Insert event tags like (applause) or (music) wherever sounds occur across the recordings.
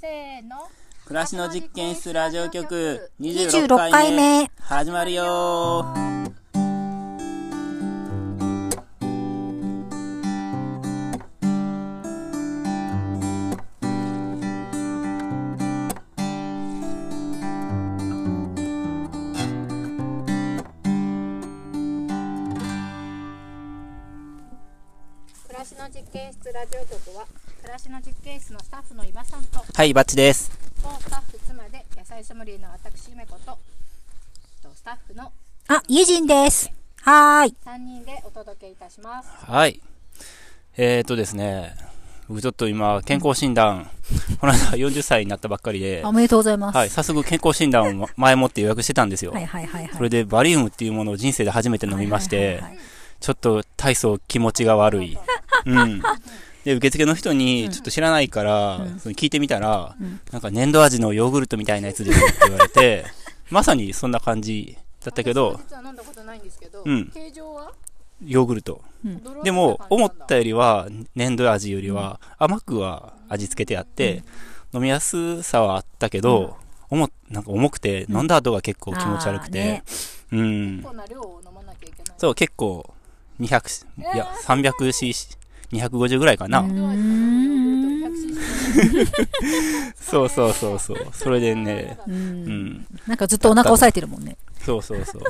せーの暮らしの実験室ラジオ局26 26回回目目始まるよー暮らしの実験室ラジオ局は暮らしの実験室のスタッフの伊庭さんとはいバッチです当スタッフ妻で野菜ソムリエの私めこととスタッフのあ、ゆじんです。はーい。 3人でお届けいたしますはいえーとですね僕ちょっと今健康診断 (laughs) この間40歳になったばっかりでおめでとうございます。はい早速健康診断を前もって予約してたんですよ、はいはいはいはい。それでバリウムっていうものを人生で初めて飲みまして、はいはいはいはいちょっと体操気持ちが悪 (laughs) い。うん。で、受付の人に、ちょっと知らないから、その聞いてみたら、なんか粘土味のヨーグルトみたいなやつですって言われ (laughs) て、まさにそんな感じだったけ私ども、実は飲んだことないんですけど、うん形状はヨーグルト。でも、思ったよりは、粘土味よりは、甘くは味付けてあって、飲みやすさはあったけど、重なんか重くて、飲んだ後が結構気持ち悪くあーねて、うんこ。んな量を飲まなきゃいけないそう、結構、200し、いや、300cc、250ぐらいかな。うーんそうそうそう (laughs) そう。それでね、う。うんん。なんかずっとお腹押さえてるもんね。そうそうそう。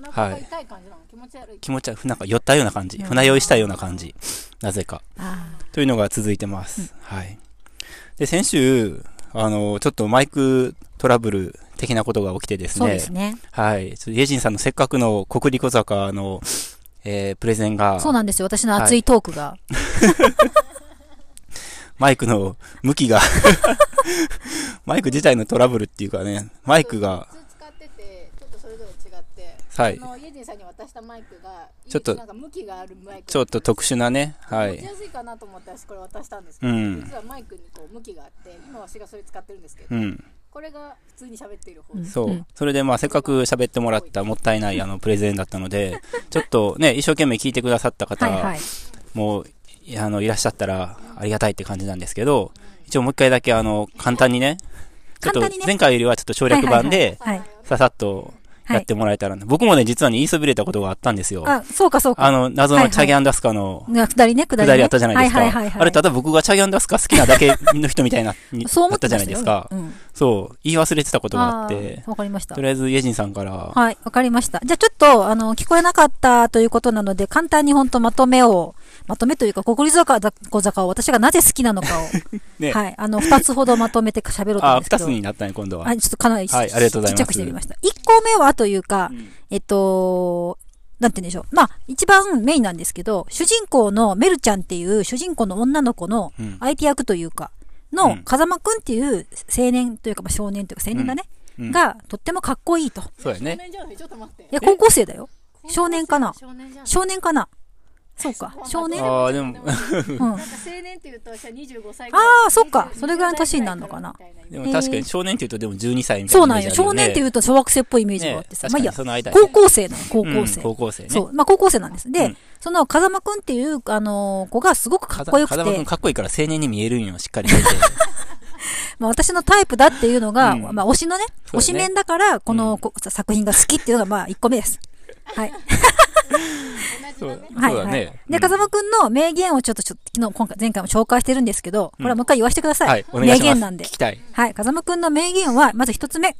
なんか痛い感じなの気持ち悪い気持ちは、なんか寄ったような感じ。船酔いしたような感じ。なぜか。あというのが続いてます。はい。で、先週、あの、ちょっとマイクトラブル的なことが起きてでーすそうね。ですね。はい。ちょっとイエジンさんのせっかくの国立小坂の、えー、プレゼンがそう、なんですよ。私の熱いトークが。。マイクの向きが、 (laughs) マイク自体のトラブルっていうかね、マイクが、普通使っててちょっとそれぞれ違ってはいあ。のイエジンさんに渡したマイクがちょっとなんか向きがあるマイクちょっと特殊なね、は持いち。やすいかなと思って私これ渡したんですけど、うん実はマイクにこう向きがあって今私がそれ使ってるんですけど、うん。これが普通に喋っている方です、そううんそれでまあせっかく喋ってもらったもったいないあのプレゼンだったので、ちょっとね、一生懸命聞いてくださったはいは方い。もう、いあの、いらっしゃったらありがたいって感じなんですけど、一応もう一回だけあの、簡単にね、ちょっと簡単にね前回よりはちょっと省略版で、はい。ささっとやってもらえたらな。僕もね、実はね、言いそびれたことがあったんですよ。あ、そうかそうあか。の、謎のチャゲアンダスカのな下りね、く下りね。だりあったじゃないですはいはいはいはか。い。あれ、ただ僕がチャゲアンダスカ好きなだけの人みたいな、に (laughs) そう思だっったてじまゃなしいたでよすか。うん。そう、言い忘れてたことがあってー、わかりましたと。りあえず、イエジンさんから、はい、わかりました。じゃあちょっと、あの、聞こえなかったということなので、簡単に本当まとめを、まとめというか、国立坂小坂を私がなぜ好きなのかを、 (laughs) ねはい、あの、二つほどまとめて喋ろうと思あうあ、んですけ二ど。つになったね、今度は。はい、ちょっとかなり、はいありがとうございますちっちゃくしてみました。一個目はというか、んえっと、なんて言うんでしょう。まあ、一番メインなんですけど、主人公のメルちゃんっていう主人公の女の子のうん相手役というか、うのん、風間くんっていう青年というか、まあ、少年というか青年だね、うんが、とってもかっこいいと。いそうや少ね。年じゃないちょっと待ってや、高校生だよ。少年かな少年じゃない少年かなそうか。少年ああー、でも、うん。なんか青年っていうと私は25歳あーそっかそれぐらいの年になるのかなでも確かに少年って言うとでも12歳みたいそなイメうなーんジあよ。るよね。少年って言うと小学生っぽいイメージがあってさ。ねまあいい確かやに、その間や高校生なの、高うん校生。高校生ね。そう。まあ、高校生なんです。で、その、風間くんっていう、あのー子がすごくかっこよく風間君て、かっこいいから青年に見えるんよ、しっかり (laughs) 見えて。まあ、私のタイプだっていうのが、うんまあ、推しのね、そうだね推し面だから、こうのん、こ作品が好きっていうのが、まあ、1個目です。はい。同じだねそうはい、だはねい。うで、ん風間くんの名言をちょっと、ちょっと、昨日、今回、前回も紹介してるんですけど、これはもう一回言わせてください。はい、お願いしま名す。言なんで聞。きたい。はい。風間くんの名言は、まず一つ目。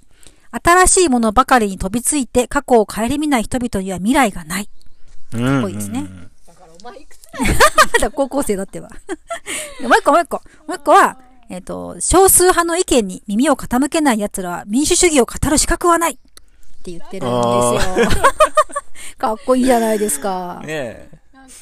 新しいものばかりに飛びついて、過去を顧みない人々には未来がない。かっこいいですねだからお前いくつ (laughs) まだ高校生だってば。でもう一個、もう一個。もう一個は、えっ、と、少数派の意見に耳を傾けない奴らは民主主義を語る資格はないって言ってるんですよ。 (laughs) かっこいいじゃないですか。ねえ。なんか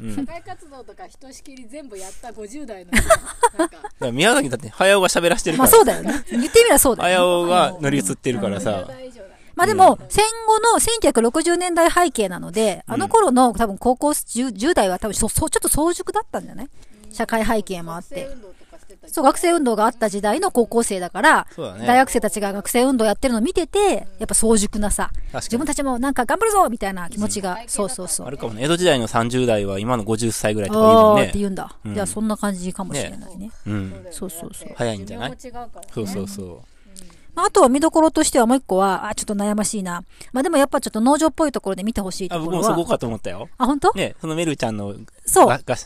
うん社会活動とかひとしきり全部やった50代の (laughs) 人なんかだから宮崎だって、早尾が喋らしてるまかあら。そうだよね。言ってみればそうだ早よ、ね。尾が乗り移ってるから50さ。代以上だねまあでも、戦後の1960年代背景なので、あの頃の多分高校 10, 10代は多分そそちょっと早熟だったんじゃない社会背景もあっ学生て。運動とかしてたそう、学生運動があった時代の高校生だから、そうだね大学生たちが学生運動やってるのを見てて、やっぱ早熟なさ、かに自分たちもなんか頑張るぞみたいな気持ちが、そうそうそう。あるかもね。江戸時代の30代は今の50歳ぐらいとか言うあもんーねって。言うんだ。うんじゃあそんな感じかもしれないね。うん。そうそうそう。早いんじゃない寿命も違うからねそうそうそう。まあ、あとは見どころとしてはもう一個は、あ、ちょっと悩ましいな。まあでもやっぱちょっと農場っぽいところで見てほしいあ、とこ僕ろもそは。こかと思ったよ。あ、本当？ね、そのメルちゃんのそうがが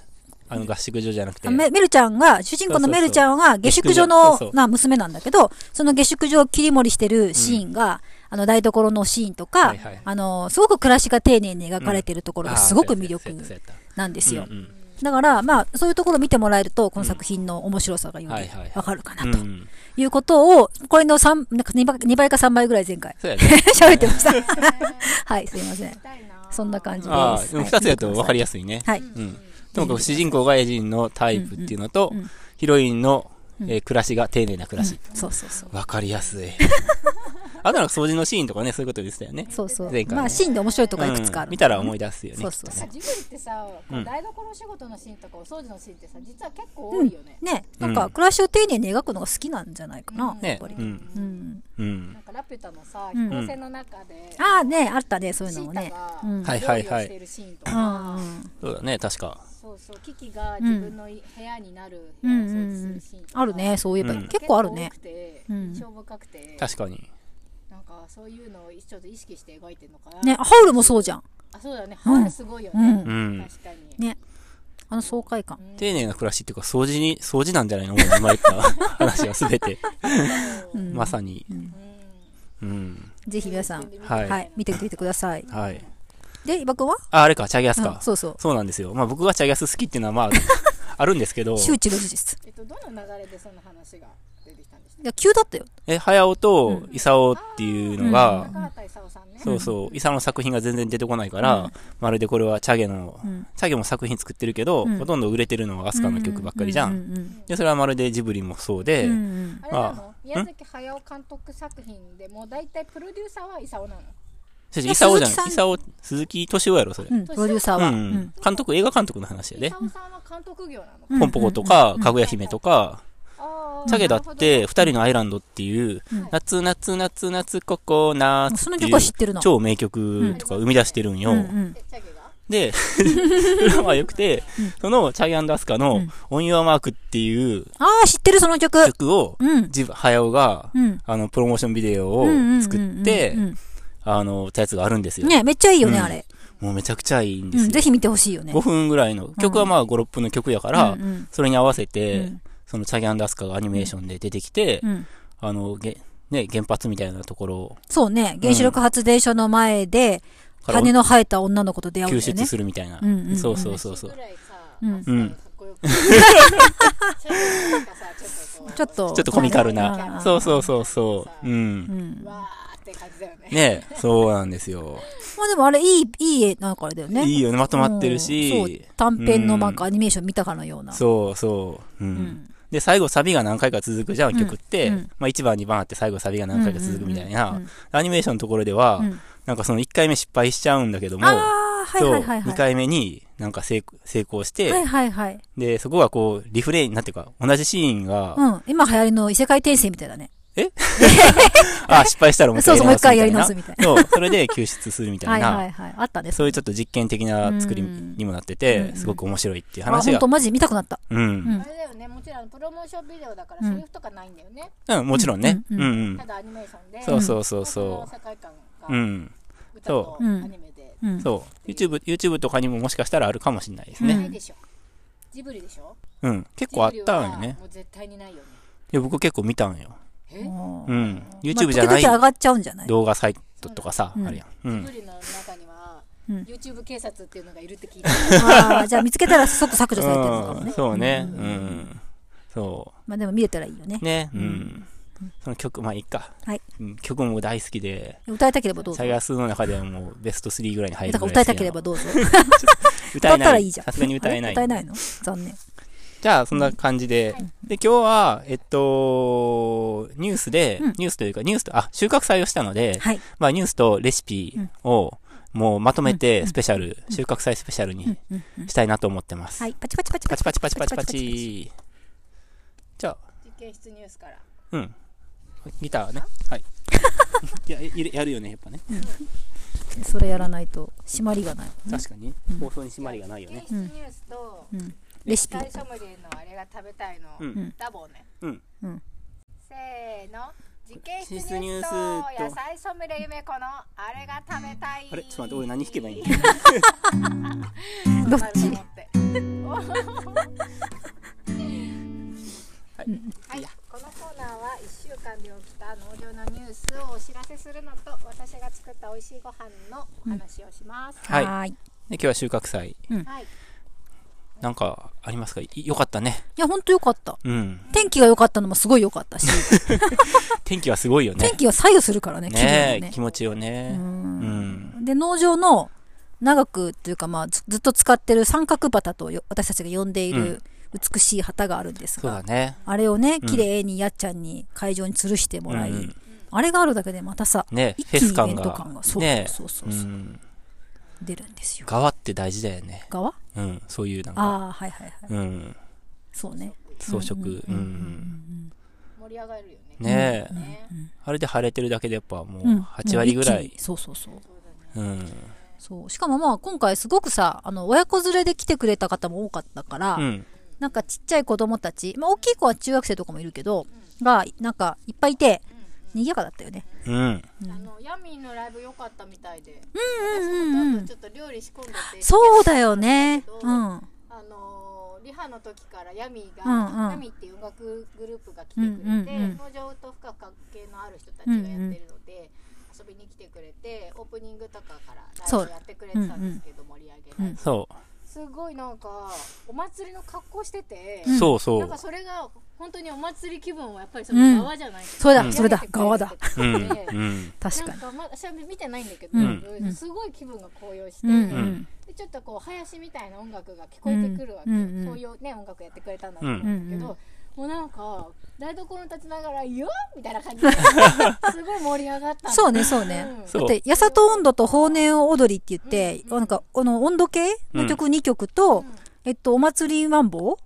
あの合宿所じゃなくて。あメメルちゃんが、主人公のメルちゃんが下宿所そうのそうな娘なんだけど、その下宿所を切り盛りしてるシーンが、あの台所のシーンとか、はいはいあの、すごく暮らしが丁寧に描かれてるところあーがすごく魅そう力やったそうやったなんですよ。うんうんだから、まあ、そういうところを見てもらえると、この作品の面白さがよはいりはいはいわかるかなうんとうんいうことを、これの三なんか 2, 倍2倍か3倍ぐらい前回そうや (laughs) ね。喋ってました。はい、すいません見。たいなそんな感じです。ああ、でもはい二つやと分かりやすいね。はい。うん。ともかく主人公がエジンのタイプっていうのとうんうんうん、ヒロインのえー暮らしが丁寧な暮らし。そうそうそう。分かりや (laughs) すい。あとなんか掃除のシーンとかね、そういうことでしたよね。そうそう。前回ねまあ、シーンで面白いとかいくつかあうる。ん見たら思い出すよね。そうそうそうきジっとねブリってさ、こううん台所仕事のシーンとかお掃除のシーンってさ実は結構多いよね、ね、うなんんか暮らしを丁寧に描くのが好きなんじゃないかな、うんやっねぱり。う。うんん。うんな。んかラピュタのさうん飛行船の中で、ああね、あったね、そういうシのーもタね。がうんはい料理をしているシーンとうか、んうんそうだね、確か。そうそうキキが自分のい部屋になる部う屋をんう掃除すんるシーンとかあるね、そういえば、うん結構あるね結。構多くてうん印象深くて、確かに。なんかそういうのをちょっと意識して描いてるのかな、ね、ハウルもそうじゃん。あそうだよねうん歯がすごいよね、うん確かに、ね。あの爽快感。丁寧な暮らしっていうか、掃除に、掃除なんじゃないのもう今言った (laughs) 話はすべて。うんまさに。うんうん。ぜひ皆さん、はい。は。はいい、見てみてください。で、伊庭くんはあ、あれか、チャゲアスか。うんそうそうそう。なんですよ。まあ僕がチャゲアス好きっていうのはま (laughs) あ、あるんですけど、周知の事実。えっとどの流れでその話が出てきたんですかいや、急だったよ。え、早尾と伊オっていうのが、高畑勲さんねそうそう、伊佐の作品が全然出てこないから、まるでこれはチャゲの、うんチャゲも作品作ってるけど、うんほとんど売れてるのはアスカの曲ばっかりじゃん。うんうんで、それはまるでジブリもそううで、ん。うんあれなあの宮崎駿監督作品でもう大体プロデューサーは功なの先い生、伊佐やオじゃん。伊鈴木佐オ、鈴木敏夫やろ、それ。ううんん、プロデューサーは。うん監督、映画監督の話やで。功さんは監督業なのポンポコとか、かぐや姫とか、あーチャゲだって、二人のアイランドっていう、夏夏夏夏ココナッツってそのい曲は知ってるうな超名曲とか生み出してるんよ。うんうんえチャゲがで、 (laughs) それはまあ良くて、そのチャゲアスカの、オン・ユア・マークっていうああ、知ってる、その曲。曲を、うん。自分、早尾が、うん。あの、プロモーションビデオを作ってうんうんうん、あの、たやつがあるんですよ。ねめっちゃいいよね、うんあれ。もうめちゃくちゃいいんでうん、すぜよ。ひ見てほしいよね。 5分ぐらいの、曲はまあ5、6分の曲やからうんう、んそれに合わせうてん、そのチャゲアスカがアニメーションで出てきてう、ん、あの、げね、原発みたいなところそうね、原子力発電所の前で、から羽の生えた女の子と出会う救んだよ出ね。するみたいなうんうんう。んそうそうそうそう。ぐらいさうんあそうかっこよくチャゲなんかさちょっとこちょっと、ちょっとコミカルうんな。そうそうそうそう。う。うん。うんわーって感じだよねね、そうなんですよ。まあでもあれ、いい、いい絵なんかあれだよね。いいよね、まとまってるうんそうし。、短編のなんうかアニメーション見たかのような。そうそう。う。うんん。で、最後サビが何回か続くじゃん、うん曲って。うんまあ1番、2番あって最後サビが何回か続くみたいな。うんうんうんアニメーションのところでは、うんなんかその1回目失敗しちゃうんだけども、ああ、はいはいはいそう2は回目になんか成功成功しい。て、はいはいはい。で、そこがこう、リフレイン、なんていうか、同じシーンが、うん。今流行りの異世界転生みたいだね。あ、失敗したらもう一そう回そう、もう一回やり直すみたいな。そう、それで救出するみたはいいな、はいはい。あったね。そういうちょっと実験的な作りうんにもなってうて、んすごく面白いっていうあ、話ほんがと、。マジ見たくなった。うん。うんあれだよねもちろんプロモーションビデオだからうんセリフとかないんだよね、もちろんね。ううんんううんんた。だアニメーションでそうそうそうそその世界観がう。うん。歌とそううんアニメで、うん。そう。YouTube、YouTube とかにももしかしたらあるかもしれないですうんね。ないでしょジブリでしょうん。結構あったんよねジブリは。もう絶対にないよねいや、僕結構見たんよ。えもうう。ん。まあ YouTube じゃな時々上いがっちゃうんじゃない動画サイトとかさ、うんあるやん。うジんブ。リの中には、うん YouTube 警察っていうのがいるって聞いたあーじゃあ見つけたら即削除されてるのかもうんね。そうね。うん。そまあでも見れたらいいよねう。。ね。うん。その曲、まあいいか。はいうん。曲も大好きで、歌いたければどうぞサ。ガスの中ではもうベスト3ぐらいに入だるからぐ歌らいい好たきけなれのばどうぞ。歌え歌っないたらいいじゃん。さすがに歌えない。あれ歌えないの残念。じゃあ、そんな感じで。で、今日は、えっと、ニュースで、うんニュースというか、ニュースと、あ、収穫祭をしたので、はい。まあ、ニュースとレシピを、もうまとめうて、んスペシャル、収穫祭スペシャルにうんうんしたいなと思ってます。はい。パチパチパチパパチチ。パチパチパチパチ。じゃあ、実験室ニュースからうん。ギターね。はい。 (laughs) いや、いやるよね、やっぱね。それやらないと締まりがない、ね、確かに。放送に締まりがないよね実。験室ニュースとうん、レシピ野菜ソムリエのあれが食べたいの、うん。ダボねうん。うんせーの実験室実験室ニニュューーススとと野菜ソムリエ夢子のあれが食べたいあれちょっと待って、俺何弾けばいいの (laughs) どっちはい、このコーナーは1週間で起きた農業のニュースをお知らせするのと私が作った美味しいご飯のお話をします、はいーいいで今日は収穫祭。はい、なんかありますかいよかったね。やほんとよかったうん。天気が良かったのもすごい良かったし天気はすごいよね天。気は左右するからね気分をねえ、ね気持ちよね。うんうん。で農場の長くっていうか、まあ、ずずっと使ってる三角旗とよ私たちが呼んでいる美しい旗があるんですそうが、だね。あれをねうん綺麗にやっちゃんに会場に吊るしてもらい、うんうんあれがあるだけでまたさねえ一フェ気にスイベ感ントが感が。そうねえ。そうそううそうん出るんですよ側って大事だよね。側うん。そういうなんか。ああはいはいはいうん。そうね装飾。うん。盛り上がるよねねえ。ねあれで晴れてるだけでやっぱもううん8割ぐらもう一い気に。そうそうそううん。そうしかもまあ今回すごくさあの親子連れで来てくれた方も多かったから、うん。なんかちっちゃい子供たち、まあ、大きい子は中学生とかもいるけど、がなんかいっぱいいて賑やかだったよねうん。あのヤミーのライブ良かったみたいで、うんうんうんちょっと料理仕込んでてそうだよねうんうんあのーリハの時からヤミーが、うんうんヤミーっていう音楽グループが来てくれて、うんうんうん農場と深く関係のある人たちがやってるので、遊びに来てくれてオープニングとかからライブやってくれてたんですけど、盛り上げが、うんそすごいなんかお祭りの格好してて、う。そうそなんうか。それが本当にお祭り気分はやっぱりそうのん側じゃないですそれだうんそれだ側だうん。うん。確なかんにか、ま、私は見てないんだけど、うんうんすごい気分が高揚して、うんんでちょっとこう林みたいな音楽が聞こえてくるわけ、うんうんうんそういう、ね、音楽やってくれたんだと思うんだけど、もうなんか台所に立ちながら「よっ!」みたいな感 (laughs) じですごい盛り上がったのそうねそうねうんそだうって「やさと温度」と「法然踊り」って言って、うんなんかこの温度計の曲2曲と、うんえっと「お祭りマンボウ」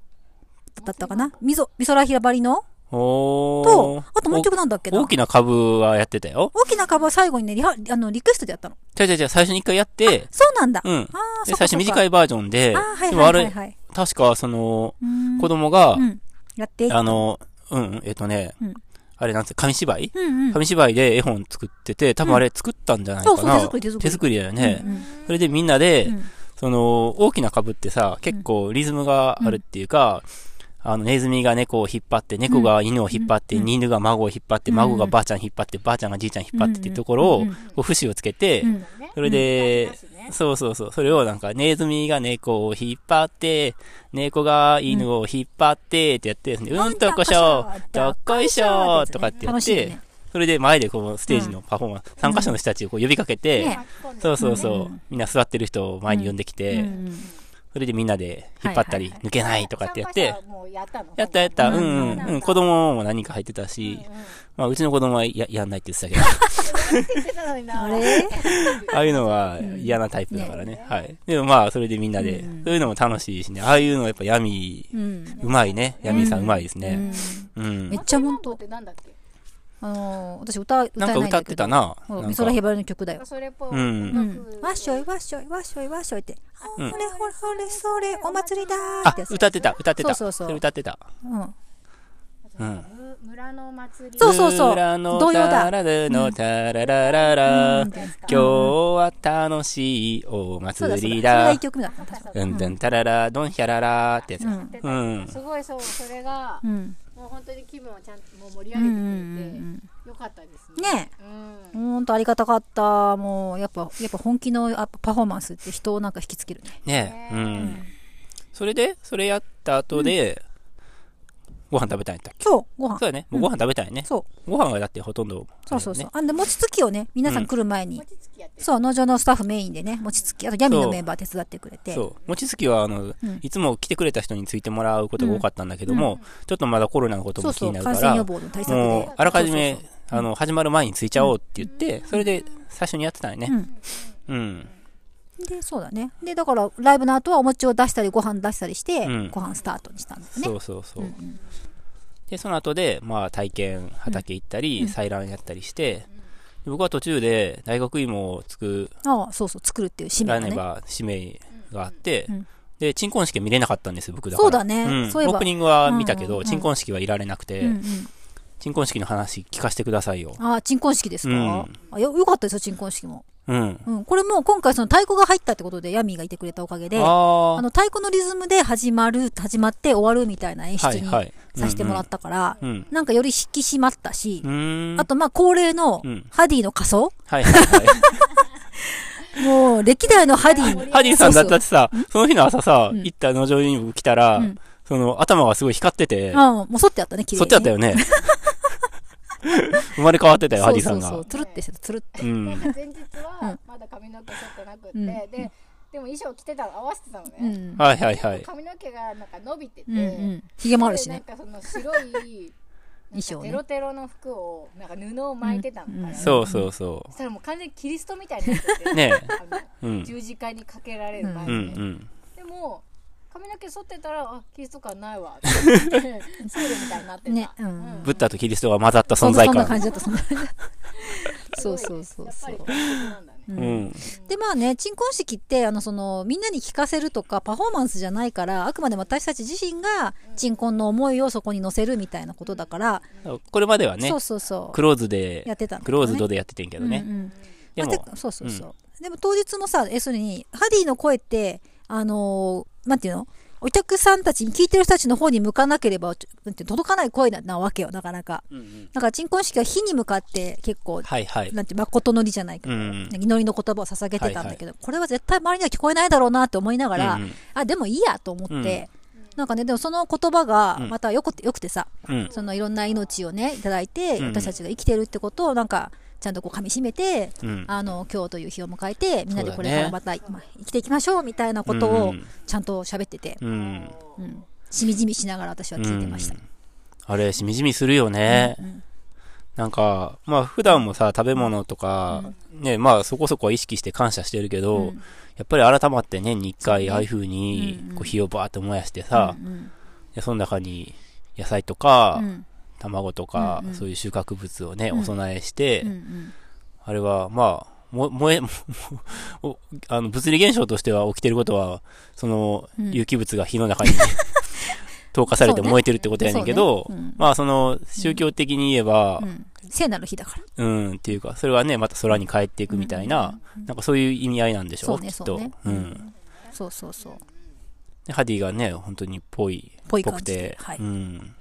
だったかなみそ美空ひらばりのおとー。あともう一曲なんだっけな大きな株はやってたよ。大きな株は最後にねリハあのリクエストでやったのじゃじゃじゃ最初に一回やって、そうなんだ、うんああで最初短いいバージョンでああ、はいでもはあいはいれ、はい確かその、うん子供がう、んやってあの、うんうん、えっとねうん、あれなんつう、紙芝居うんうん紙芝居で絵本作ってて、多分あれ作ったんじゃないかそうそう手な作り手作。り手作りだよねう。んそれでみんなでうん、その、大きな株ってさ、結構リズムがあるっていうか、あの、ネズミが猫を引っ張って、猫が犬を引っ張って、うん犬が孫を引っ張って、うん孫がばあちゃん引っ張って、ばあちゃんがじいちゃん引っ張ってっていうところうをんうん、こう、節をつけてう、んねそれうんでありますね、そうそうそう、それをなんか、ネズミが猫を引っ張って、猫が犬を引っ張ってってやって、でうんとこしょうんどっこいしょとかってや楽っしいてね、それで前でこう、ステージのパフォーマンス、参加者の人たちをこう呼びかけて、ね巻き込んでそうそうそう、うんみんな座ってる人を前に呼んできて、うんうんそれでみんなで引っ張ったり、はいはい抜けないとかってやって、参加者はもうやったのやったやった、うんううん、うん、子供も何人か入ってたうんうし、んまあうちの子供はややんないって言ってたけど、 (laughs) 言ってたのになあれああいうのは嫌なタイプだからね。はい。でもまあ、それでみんなで、うんそういうのも楽しいしね、ああいうのやっぱ闇、うんうまいね。闇さんううんまいですね。ううん。めっちゃマ本ンボウ当ってなんだっけあのー私歌歌なえんないか歌っんだてけたどな。そうなん美か空ひばりの曲だよそれっぽいうんう音ん楽わっしょいわっしょいわっしょいわっしょいって「あうんほれほれほれそれお祭りだ」ーっあてや、つ歌ってた、歌ってた。そうそうそうれ歌ってた。うんうん。む村のお祭りそうそうそう村の童謡だタラルのタララララうん今日は楽しいおそうだそうだそ祭りれがだ一。曲目だった確かうんうんタララドンヒャララってやつうや。んうん。すごいそうそれがうんもう本当に気分をちゃんともう盛りう上んうんげてくれうてんよかったですうんね。ねえうん。ほんとありがたかったもうやっぱやっぱ本気のやっぱパフォーマンスって人をなんか引きつけるねねえ。う。うんそれで、それやった後で、ご飯食べたんやったっけ今日ご飯そうだね。もうご飯食べたいね。そうご飯はだってほとんど。そうそうそうああんで餅つきをね皆さん来る前に餅つきやってる。そう農場のスタッフメインでね餅つきあとヤミのメンバー手伝ってくれれてよね。そう。餅つきは、あのうん、いつも来てくれた人についてもらうことが多かったんだけども、ちょっとまだコロナのことそもう気そにうなる感か染ら予、防の対策もでう、あらかじそめうそう、あの、始まる前についちゃおうって言って、それで、最初にやってたよね。うん。そうでそうだねでだからライブの後はお餅を出したりご飯出したりして、うんご飯スタートにしたんだよねそうそうそう。で、その後で、まあ、体験、畑行ったり、採卵やったりして、で僕は途中で、大学芋を作ああ、そうそう、作るっていう使ら命がねね。ば使命があってうん、で、鎮魂式見れなかったんですよ、僕だから。そうだねんそういえばオープニングは見たけうんうんうど、ん鎮魂式はいられなくうんうて、ん。鎮魂式の話聞かせてくださいよ。ああ、鎮魂式ですか、うんあよ、よかったですよ、鎮魂式も。うん。うん。これもう今回その太鼓が入ったってことでヤミーがいてくれたおかげで、ああの太鼓のリズムで始まる、始まって終わるみたいな演ーは出いにはい。させてもらったから、うんうん。なんかより引き締まったし、うん。あとまあ恒例のうんハディの仮装、はい (laughs) はいはい。もう歴代のハディ、ハディさんだそうそうだってさ、その日の朝さ、うん行った農場に来たら、うんその頭がすごい光ってて、ああ、もう剃ってあったね、綺麗そっに、ね。ちだったよね。(laughs) 生まれ変わってたよ、ハディさんそうそうそうが。、つるってしてた、つるって。うん。前日うんはまだ髪の毛剃ってなくって、うんででも衣装着てたの合わせてたのね、うん。はいはいはい。髪の毛がなんか伸びてて、うんうん。ひげもあるしね。でなんかその白い衣装ねなんかテロテロの服をなんか布を巻いてたのから、うんうんそうそうそしたらもう完全にキリストみたいになっててう。ねあえ。うのん。十字架にかけられる前うんうに、ん。でも髪の毛剃ってたらあキリスト感ない (laughs) わって思ってソウルみたいになってた、ねうんブッダとキリストが混ざった存在そんな感。感じだった、そんな感じだった。すそごういねそうそうやっぱそりうキ。リストなんだね、ううんん。でまあね、鎮魂式ってあのそのみんなに聞かせるとかパフォーマンスじゃないからあくまでも私たち自身が鎮魂の思いをそこに乗せるみたいなことだから、これまではねそ、うそうそうクローズでや、ってたの、ね、クローズドでやっててんけどうねん。うんでまあもて、かそうそうそう、でも当日もさ要するにハディの声ってあのーなんていうのお客さんたち聞いてる人たちの方に向かなければちょなんていうの届かない声ななわけよなかなかうんうんだから鎮魂式は火に向かって結構、はいはい。なんて誠のりじゃないけど、うん祈りの言葉を捧げてたんだけど、これは絶対周りには聞こえないだろうなって思いながら、うんうんあでもいいやと思って、うんなんかねでもその言葉がうんまたよくてよくてさ、うん。そのいろんな命をねいただいて、うんうん私たちが生きてるってことをなんかちゃんとこう噛みしめて、うん。あの今日という日を迎えてみんなでこれそうかだらねまた、まあ生きていきましょうみたいなことうをんちゃんと喋ってて、うんうん。うんしみじみしながら私は聞いてましたうん。あれ、しみじみするよね。うんなんか、まあ普段もさ、食べ物とか、ね、まあそこそこは意識して感謝してるけど、うんやっぱり改まって年に1そう回ねああいう風にうんうんこう火をバーって燃やしてさ、うんうんでその中に野菜とか、うん卵とか、うんうんそういう収穫物をね、うんお供えして、うんうんあれはまあ、も燃え、 (laughs) おあの物理現象としては起きてることは、そのうん有機物が火の中に (laughs) 投下されてそうね燃えてるってことやねんけど、そうねうんまあその宗教的に言えばう、ん聖なる日だからうん、っていうか、それはね、また空に帰っていくみたいな、なんかそういう意味合いなんでしょそうねきっそと。うねうん。そうそうそうでハディがね、本当にぽい、ぽいぽ感くじて。ではいうん。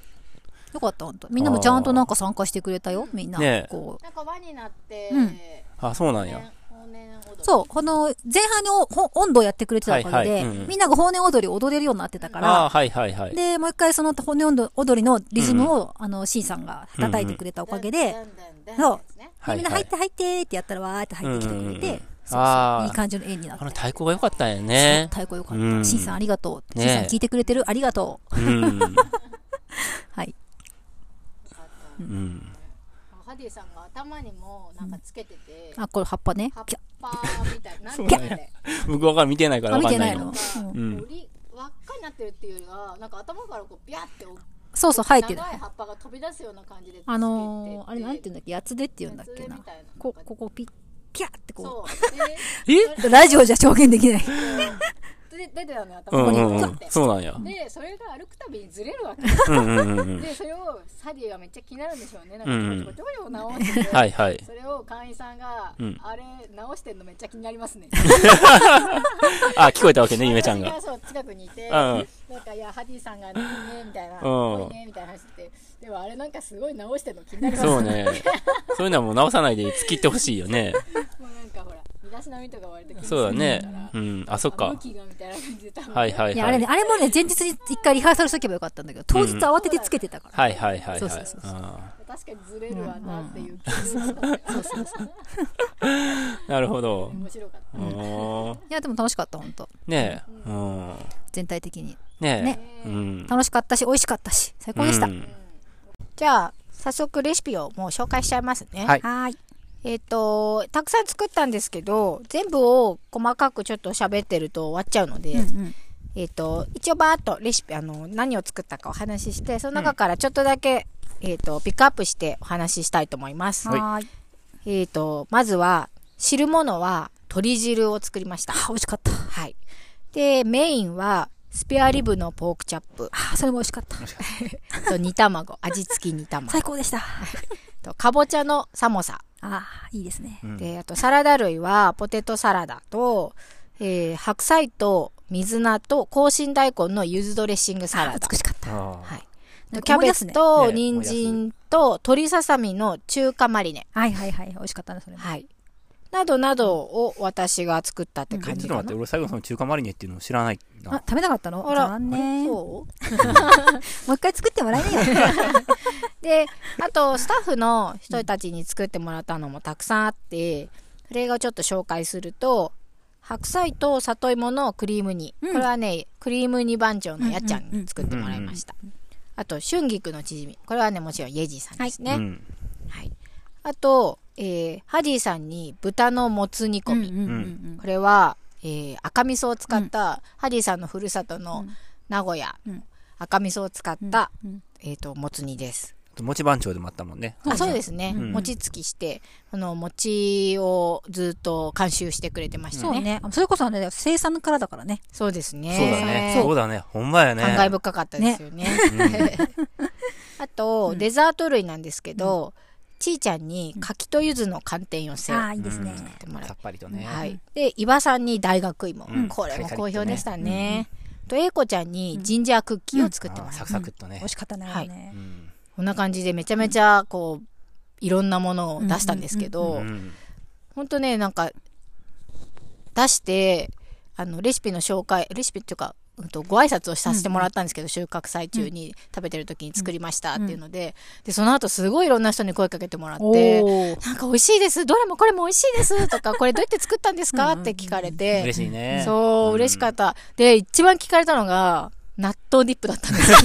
よかった本当みんなもちゃんとなんか参加してくれたよみんな、ねえこうなんか輪になって、うんあ、そうなん往や。年往年踊りそうこの前半におほ温度をやってくれてたおかげで、はいはいうんみんなが法年踊りを踊れるようになってたからあーはいはいはい。で、もう一回その骨温度踊りのリズムを、あの、C さんが叩いてくれたおかげで、ダンダンダンそうですねはいはいみんな入って入ってってやったらわーって入ってきてくれて、うんうんうんそうあそうーいい感じの絵になっあての。太鼓が良かったんやね。太鼓よかっうた。ん C さんありがとう。ね C さん聞いてくれてるありがとう。うん。はい。うん。ハディさんが頭にもなんかつけてて、あ、これ葉っぱね葉っ。ピャぱみたいな、なんうてだいねうのあれ僕は見てないからあ、わ見かてんなないいのの。うんうん折り輪っかになってるっていうよりは、なんか頭からこうビャってこうそうそう、生えてる。長い葉っぱが飛び出すような感じでつけてて、あのー、あれなんていだうんっだっけ、八つでっていうんだっけな八つでみたいな。こ、ここピッ、ピャーってこそう。でえう。ラジオじゃ表現できない。で出てたのよう頭かんうらこんううっんて。。そうなんや。で、それが歩くたびにずれるわけ。うんうんうんうん。で、それをサディがめっちゃ気になるんでしょうね。なうんうんんかちょこちょこちょこ直してて。はいはい。それを会員さんが、うんあれ直してんのめっちゃ気になりますね。あ、聞こえたわけね、ゆめちゃん私が。そう近くにいて、んなんかいやハディさんがねみたいな、うんいねみたいな話してて、でもあれなんかすごい直してるの気になりますそう。ね。そういうのはもう直さないで突っ切ってほしいよね。もうなんかほら身だしなみとか割と気にすそうるだねから。うん。あ、そっあか向。きがみたいな感じで多分。はいはいいや、あれはね、い。あれもね、前日に一回リハーサルしとけばよかったんだけど、当日慌ててつけてたから。はいはいはいそはういそうそう。あ確かにずれるわなっていう気がしたねそうそうそう。ーなるほど。面白かった。うんいや、でも楽しかった、本当ねえ。うん。全体的に。ねね。え。うん。楽しかったし、美味しかったし、最高でした。うはんじゃあ早速レシピをもう紹介しちゃいますね。はい。ーい。えっ、とたくさん作ったんですけど全部を細かくちょっと喋ってると終わっちゃうので、うんうん。えっ、と、一応バーっとレシピ、あの、何を作ったかお話しして、その中からちょっとだけ、えっ、と、ピックアップしてお話ししたいと思います。はいはーい。えっ、と、まずは、汁物は鶏汁を作りました。あ、美味しかった。はい。で、メインは、スペアリブのポークチャップあ、それも美味しかった。と煮卵、 (laughs) 味付き煮卵最高でした。と、かぼちゃのサモサ。あ、いいですね。うんで、あとサラダ類は、ポテトサラダと、えー白菜と水菜と、香辛大根の柚子ドレッシングサラあダ。美しかった。あはいなんキかャ思いベ出すツね。と、ね人参と、鶏ささみの中華マリネ。はいはいはい。美味しかったね、それも。はい。などなどを私が作ったってーえ感ちょじっと待かっなて、。俺最後その中華マリネっていうの知らないあな。、食べなかったのあら残念。もそうう一回作ってもらえねえよ。で、あと、スタッフの人たちに作ってもらったのもたくさんあって、それをちょっと紹介すると、白菜と里芋のクリーム煮。うんこれはね、クリーム煮番長のやっちゃうんんうんうんに作ってもらいました。あと、春菊のチヂミ。これはね、もちろんイェジーさんですね。はうい。ん。あと、えーハディさんに豚のもつ煮込み。うんうんうんうんこれは、えー赤味噌を使った、ハディさんのふるさとの名古屋、うん赤味噌を使った、うんえっ、と、もつ煮です。あと、餅番長でもあったもんね。あそうですね、うん餅つきしてあの餅をずっと監修してくれてましたそうね、ね。あそれこそあれ、生産からだからね。そうですねそうだね。そうだね。ほんまやね。感慨深かったですよね (laughs) あと、デザート類なんですけど、ちーちゃんに柿と柚子の寒天寄せをああ、作いいですね。ってもらさっう、ぱりとね。はい、で伊庭さんに大学芋、うんこれも好評でしたね、と英子ちゃんにジンジャークッキーを作ってあまーす、サクサクっと美ね味。しかったね。はあれいねうんこんな感じでめちゃめちゃこういろんなものを出したんですけうど、んほんとね、なんか、出して、あの、レシピの紹介、レシピっていうか、うんと、ご挨拶をさせてもらったんですけど、収穫祭中に食べてる時に作りましたっていうので、で、その後すごいいろんな人に声かけてもらっおて、ーなんか美味しいです、どれもこれも美味しいですとか、これ (laughs) どうやって作ったんですかって聞かれて、嬉しいね。そう、ん嬉しかった。で、一番聞かれたのが、納豆ディップだったんですよ。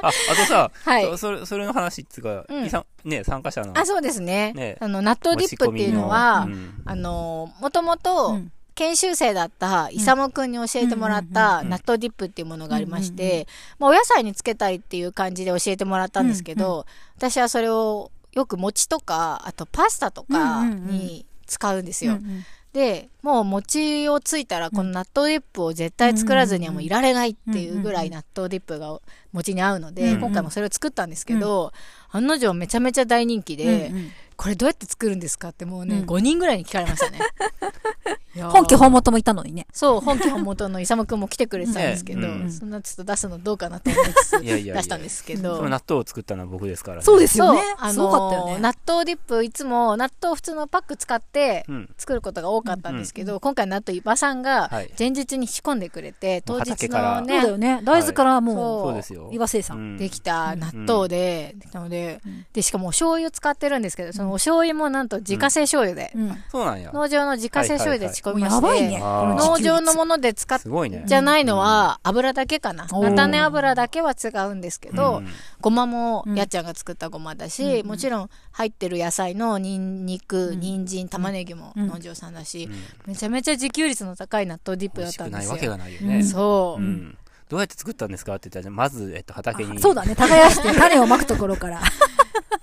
あ、あとさ、はいそそれ、それの話っつうか、うんいさね、参加者の。あ、そうですね。ねあの、納豆ディップっていうのは、持ち込みのうんあの、もともと、うん研修生だったイサモくんに教えてもらった納豆ディップっていうものがありましうんうんうて、まあ、お野菜につけたいっていう感じで教えてもらったんですけど、私はそれをよく餅とかあとパスタとかに使うんですうよ、んうんでもう餅をついたらこの納豆ディップを絶対作らずにはもういられないっていうぐらい納豆ディップが餅に合うので、うん今回もそれを作ったんですけど、案の定めちゃめちゃ大人気で、うんうんこれどうやって作るんですかってもうね、うん5人ぐらいに聞かれましたねいやー本家本元もいたのにね。そう、本家本元のイサムくんも来てくれてたんですけど、ねうんそんなちょっと出すのどうかなと思いつつ、いやいやいや出したんですけそのど。納豆を作ったのは僕ですからね。。そうですすよねそう。あすのごかったよね。納豆ディップいつも納豆普通のパック使ってうん。作ることが多かったんですけど、今回納豆伊庭さんがはい前日に仕込んでくれて、当日畑かのらそうだよね、ね。大豆からもう、そうそうですよ。岩瀬さ。うんんできた納豆で、できたので、で、しかもお醤油使ってるんですけど、そのお醤油もなんと自家製醤油で、うん。そうなんや。農場の自家製醤油で仕込みまして、もうやばいね。あーこ農時期場のもので使っすごいね。じゃないのは油だけかな。おー菜種油だけは違うんですけど、うんごまもやっちゃんが作ったごまだし、もちろん入ってる野菜のニンニク、人参、玉ねぎも農場さんだし、めちゃめちゃ自給率の高い納豆ディップ美だっ味したくんでないわすけよ。がないよね。そうう。ん。どうやって作ったんですかって言ったらじゃあ、まず、えっと、畑に。あそうだね。耕して種をまくところ (laughs) から。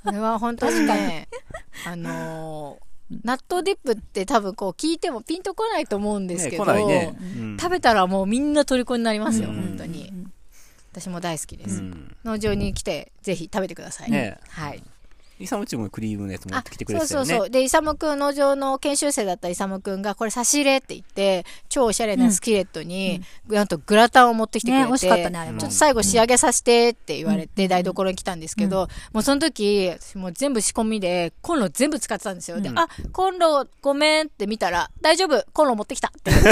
これは本当 (laughs) にね、あのー納豆ディップって多分こう聞いてもピンとこないと思うんですね、け来ど、ないね。食べたらもうみんな虜になりますよ、うん本当に。私も大好きでうす。ん。農場に来て、ぜひ食べてください。ねはい。イサムチもクリームのやつ持っあてきてくれてたよね。そうそうそう。で、イサムくん、農場の研修生だったイサムくんが、これ差し入れって言って、超おしゃれなスキレットに、なんとグラタンを持ってきてくれて、ね美味しかったねあれもちょっと最後仕上げさせてって言われて、台所に来たんですけど、もうその時、私もう全部仕込みで、コンロ全部使ってたんですよ。で、あ、コンロごめんって見たら、大丈夫、コンロ持ってきたって言って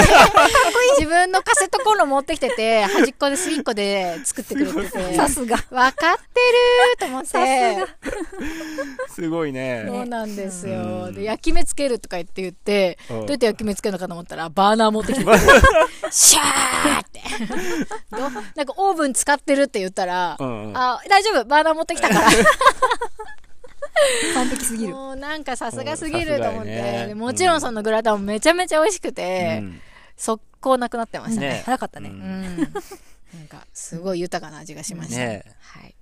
自分のカセットコンロ持ってきてて、端っこで隅っこで作ってくれてて。さすが。わかってると思って。すごいね。そうなんですよ、うんで焼き目つけるとか言って言って、うんどうやって焼き目つけるのかと思ったらバーナー持ってきてシャーってどなんかオーブン使ってるって言ったら、うんうんあ大丈夫バーナー持ってきたから完璧すぎる。もうなんかさすがすぎると思って、うんさすがやねでもちろんそのグラタンもめちゃめちゃ美味しくて、うん速攻なくなってましたね。ね早かったね。うんうん。なんか、すごい豊かな味がしました。ねはい。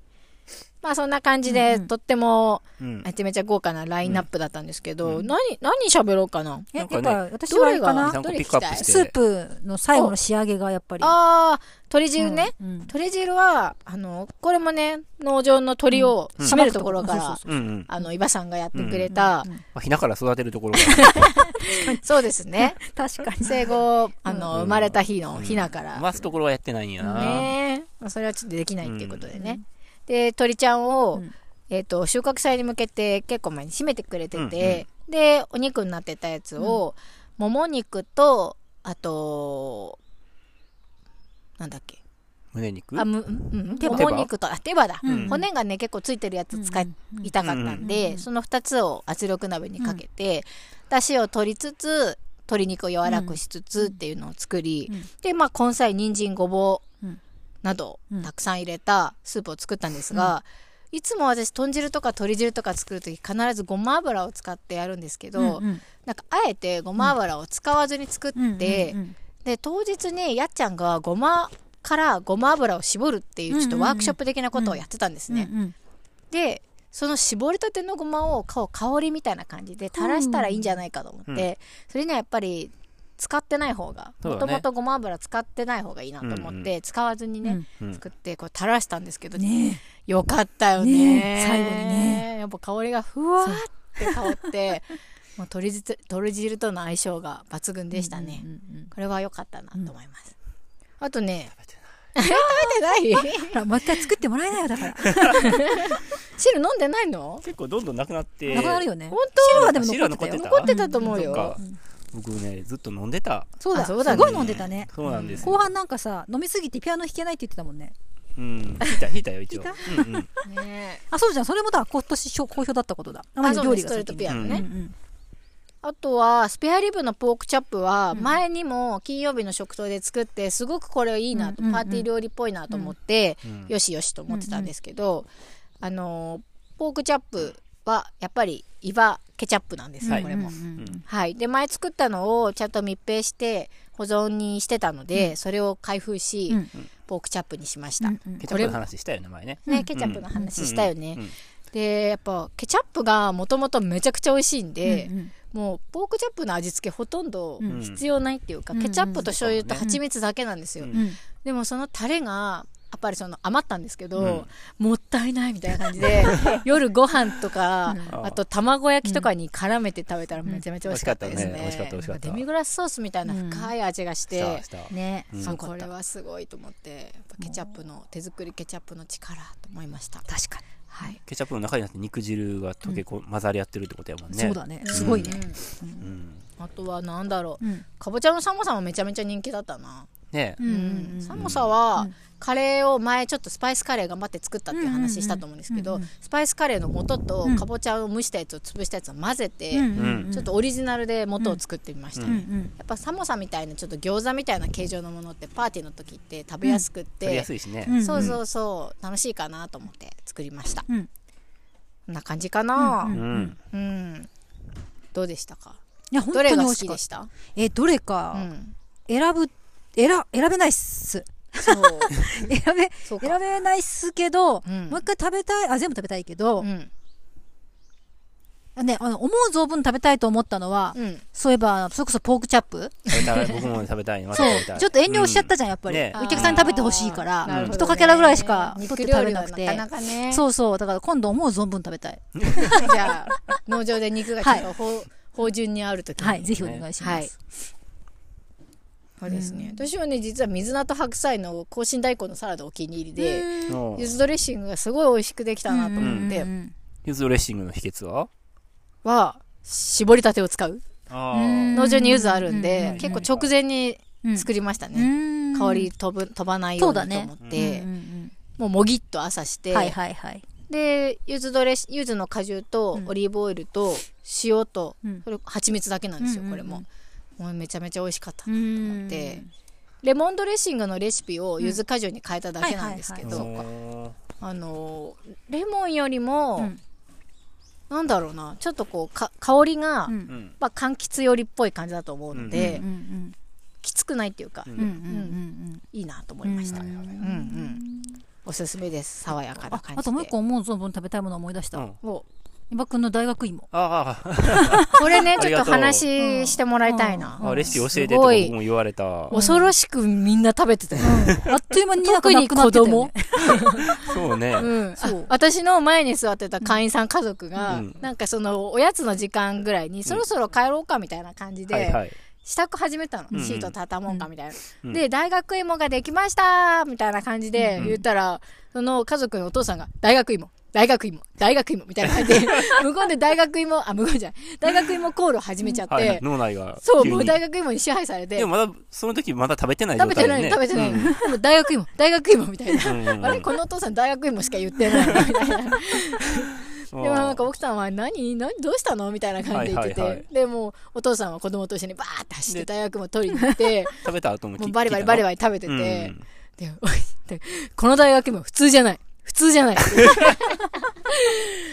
まあそんな感じで、とっても、うんめちゃめちゃ豪華なラインナップだったんですけど、うん何、何喋ろうかな。なえ、やんっかぱね私どはあれれかが、ななどんかれピ聞ックアッきプたいしてスープの最後の仕上げがやっぱり。ああ、鶏汁ね。うん。うん鶏汁は、あの、これもね、農場の鶏を締めるところかそうら、そううんうん。あの、伊庭さんがやってくれた、まあ、ひなから育てるところが。 (laughs) そうですね。そう確かに。生後、あうんの、生まれた日のひなかう (laughs) んら。回すところはやってないんやな。ねえ。まあそれはちょっとできないっていうことでね。で、鶏ちゃんをん、えっと、収穫祭に向けて結構前に締めてくれてうんて、で、お肉になってたやつを、もも肉と、あと、なんだっけ。胸肉あ、む、うん、手手羽羽。もも肉と、あ、手羽だ。うん骨がね、結構ついてるやつ使いうんたかったんうで、んその二つを圧力鍋にかけて、出汁を取りつつ、鶏肉を柔らくしつつっていうのを作り、うんで、まあ、根菜、人参、ごぼううんなどう、んたくさん入れたスープを作ったんですが、いつも私、豚汁とか鶏汁とか作るとき、必ずごま油を使ってやるんですけど、うんうんなんか、あえてごま油を使わずに作って、うんうんで当日にやっちゃんがごまからごま油を絞るっていうちょっとワークショップ的なことをやってたんですうんね、うんでその絞りたてのごまをこう香りみたいな感じで垂らしたらいいんじゃないかと思って、うんそれにはやっぱり使ってない方がそうもだねともとごま油使ってない方がいいなと思って、うん使わずにね、うん作ってこう垂らしたんですけど、ねよかったよねねえ最後にねやっぱ香りがふわーって香って (laughs) もう鶏汁鶏汁との相性が抜群でしたね、うんうんこれは良かったなと思います。あとね、 (laughs) 食べてないほらもう一回作ってもらえないよ、だ (laughs) から。汁飲んでないの結構どんどんなくなって。なくなるよね。本汁はあでも汁は残っ残っててたたよ。残ってたと思うそっかよ。僕ね、ずっと飲んでた。そうだ、あそうだすねごい飲んでたね。そうなんですよ。後半なんかさ、飲みすぎてピアノ弾けないって言ってたもんね。うん。引いた、引いたよ、一応。引いうんうん。ねあ、そうじゃん。それもだ、今年好好評だったことだ。ああ、にそうねストレートにピアノうね。んあとは、スペアリブのポークチャップは、前にも金曜日の食堂で作って、すごくこれいいなと、うんパーティー料理っぽいなと思ってうん、よしよしと思ってたんですけど、あのー、ポークチャップは、やっぱり、イバケチャップなんですうよ、ん。これもうん。うんはい。で、前作ったのをちゃんと密閉して保存にしてたので、それを開封し、うんポークチャップにしました。うんうんケチャップの話したよね、前ね。ね、ケチャップの話したよね。うんうんで、やっぱケチャップがもともとめちゃくちゃ美味しいんで、うんうんもうポークチャップの味付けほとんどうん必要ないっていうか、うんケチャップと醤油とそうだね蜂蜜だけなんですよ。うんうんでもそのタレが、やっぱりその余ったんですけど、うんもったいないみたいな感じで、夜ご飯とか、うんあと卵焼きとかに絡めて食べたらめちゃめちゃ美味しかったですね。美味しかったね美味しかった美味しかったデミグラスソースみたいな深い味がし、してた、した。ねうんそうよかこっれたはすごいと思って、やっぱケチャップの、手作りケチャップの力と思いました。確かはい。ケチャップの中になって肉汁が溶けこ、混ざり合ってるってことやもんに。ね。そうだね。すごいね。うん。あとはなんだろう、うんかぼちゃのサモサもめちゃめちゃ人気だったな。ねうんサモサは、カレーを前ちょっとスパイスカレー頑張って作ったっていう話したと思うんですけど、うんうんうんスパイスカレーの素とうんかぼちゃを蒸したやつを潰したやつを混ぜて、うんうんうちょっとオリジナルで元を作ってみました、うんうんうんやっぱ寒さみたいなちょっと餃子みたいな形状のものってパーティーの時って食べやすくっ食べてや、すいしね。うんそうそうそう楽しいかなと思って作りましたこうんんな感じかなううん、ん。どうでしたかいや、本ど当に美れが味好しきかっでた。したえ、どれうか、ん選ぶ、選、選べないっす。そう選べ、そう選かべないっすけど、んもう一回食べたい、あ、全部食べたいけどう、んね、あの、思う存分食べたいと思ったのは、うんそういえば、それこそポークチャップ食べたい。僕も食べたい。またそ食べたう。い。ちょっと遠慮しちゃったじゃん、やっぱり。ねお客さんに食べてほしいかあーなるら、ほどね一かけらぐらいしか取っ肉て料食理べはなくて。なかなかねそうそう。だから今度思う存分食べたい。じゃあ農場で肉がちょ (laughs) っとほう芳醇にある時にはい。ぜひお願いしまはいす。そうですね私はね実は水菜と白菜の香辛大根のサラダお気に入りででうん柚子ドレッシングがすごい美味しくできたなと思って、うんうんゆずドレッシングの秘訣はは絞りたてを使うあうん農場に柚子あるんうんうんでうん結構直前にうん作りましたね、うん香り飛ぶ飛ばないようにと思っうんうんて、うんもうもぎっと朝して、はいはいはい。で柚子ドレッシ柚子の果汁とオリーブオイルと塩と、うんそれ蜂蜜だけなんですよ、うんうんこうれんももうめちゃめちゃ美味しかったな思ってレモンドレッシングのレシピを柚子果汁に変えただけなんですけーうんど、うんあのレモンよりも、うんなんだろうなちょっとこうか香りが、うんうんまあ、柑橘寄りっぽい感じだと思うので、うんうんきつくないっていうか、うんうんうんいいなと思いました、ううんんうんおすすめです爽やかなあ感じであともう一個思う存分食べたいもの思い出しうたん。お伊庭くんの大学芋ああこれね (laughs) あちりょっがととう話してもらいたいな、あ、レシピ教えてすとご僕いも言われた。恐ろしくみんな食べてたよ、 (laughs) あっという間になんか特なにくなっ子てたよね供、そうね。う (laughs) ん、そそうう私の前に座ってた会員さん家族が、うんなんかそのおやつの時間ぐらいに、そろそろ帰ろうかみたいな感じで、はいはい。支度始めたの、うんシート畳もうかみたいな、うんで大学芋ができましたみたいな感じでうん言ったら、その家族のお父さんが大学芋大学芋大学芋みたいな (laughs) 感じで無言で大学芋あ無言じゃない大学芋コールを始めちゃって、はいはい。脳内が急に。そうもう大学芋に支配されてでもまだ、その時まだ食べてない状食べ態てでない、ね。食べてない、うんでも大学芋大学芋みたいな、うんうんうんあれこのお父さん大学芋しか言ってないみたいなでもなんか奥さんは何何どうしたのみたいな感じで言ってて、はいはいはいでもうお父さんは子供と一緒にバーって走って大学芋取りに行って食べた後も (laughs) もうバリバリバリババリ食べてリて、でおいでこの大学芋普通じゃない普通じゃない (laughs)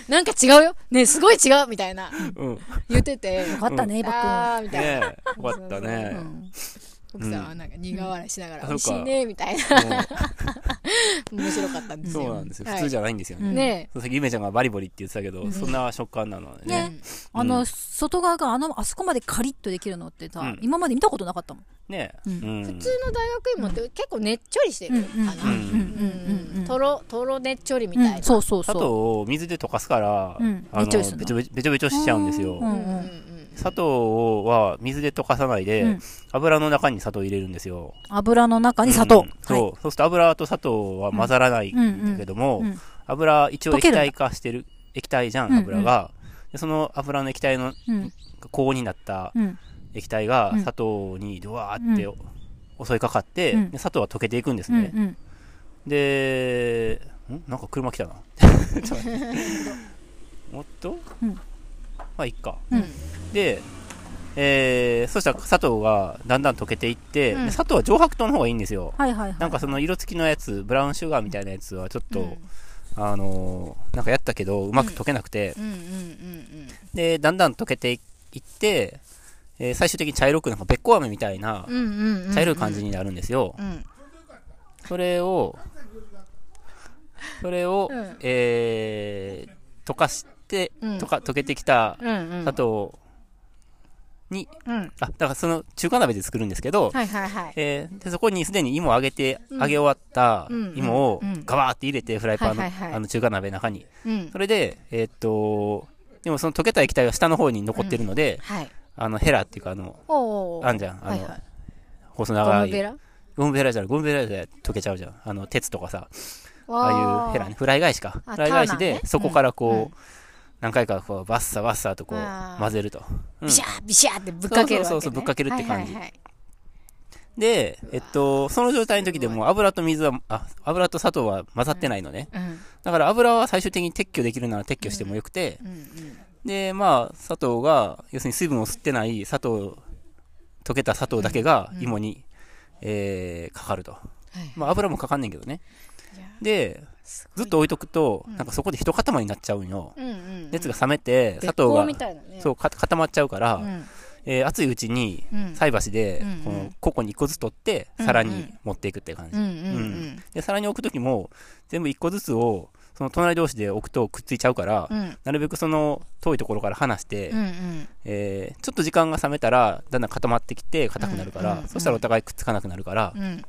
なんか違うよねえすごい違うみたいなうん。う (laughs) ん言っててよかったね伊庭あーみたいな、ねえ、よかったうね。ん奥さんはなんか苦笑いしながら、うん美味しいねみたいな面白かったんですよそうなんですよ。普通じゃゃないんですようね。んねそうさっきゆめちゃんがバリバリって言ってたけど、そんな食感なのえでね。うくんんあの外側があのあそこまでカリッとできるのってさうん今まで見たことなかったもんねえ。う普普通の大学芋って結構ねっちょりしてるかな、うんうんうんうんとろとろねっちょりみたいな、うんそうそう砂そう糖を水で溶かすから、うんあのべべちょちょりすんのべちょべちょべちょしちゃうんですよ。うんうんうんうん砂糖は水で溶かさないで、うん油の中に砂糖入れるんですよ。油の中に砂糖うんそう、はいそうすると油と砂糖は混ざらないんだけども、うんうんうん油、一応溶液けるんだ体化してる、液体じゃ、うんんうん油が。でその油の液体のうん高温になったうん液体がうん砂糖にドワーってう襲いかかって、うんで砂糖は溶けていくんですうんね。うんで、んなんか車来たな。 (laughs) ちょっと待っておっと、うんまあ、いっか。うんで、えー、そしたら砂糖がだんだん溶けていって、うんで砂糖は上白糖の方がいいんですよ。はいはいはいなんかその色付きのやつ、ブラウンシュガーみたいなやつはちょっと、うんあのーなんかやったけど、うまく溶けなくて、うんうんうんで、だんだん溶けていって、えー最終的に茶色くなんかべっこ飴みたいな、うんうんうんうん茶色い感じになるんですよ。うんそれを、それを、うんえー、溶かして、うんとか溶けてきたうんうん砂糖に、うんあ、だからその中華鍋で作るんですけど、はいはいはいえーでそこにすでに芋を揚げて、揚げ終わったうん芋をうんうんガバーって入れて、フライパンの,、はいはいはいあの中華鍋の中に。うんそれで、えーっと、でもその溶けた液体が下の方に残ってるので、はいあのヘラっていうか、あの、おーあんじゃん、あの、はいはい細ゴ長ムベい。ラゴムベラじゃない、ゴムベラじゃ溶けちゃうじゃん。あの、鉄とかさ、わああいうヘラね、フライ返しか。あフライ返タしーナーでね、そこからこう、うんうん何回かこう、バッサバッサとこあう、ー混ぜると。うんビシャービシャーってぶっかけるわけ、ね、そうそうそうぶっかけるって感じはいはいはいで、えっと、その状態の時でもう油と水は、あ、油と砂糖は混ざってないのね。うんだから油は最終的に撤去できるなら撤去してもよくて、うんで、まあ、砂糖が、要するに水分を吸ってない砂糖、溶けた砂糖だけが芋に、えー、かかると。はいまあ、油もかかんねんけどねいや。で、ずっと置いとくと、なんかそこで一塊になっちゃうんよ。うんうんうん熱が冷めて、砂砂糖糖が、みたいなねそう、か固まっちゃうから、うんえー熱いうちにうん、菜箸でうんうん、この、ここに一個ずつ取って、うん皿に持っていくっていう感うじん。うんうんうんで、皿に置くときも、全部一個ずつを、その隣同士で置くとくっついちゃうから、うんなるべくその遠いところから離して、うんうんえーちょっと時間が冷めたら、だんだん固まってきて硬くなるから、うんうんうんそしたらお互いくっつかなくなるから、うん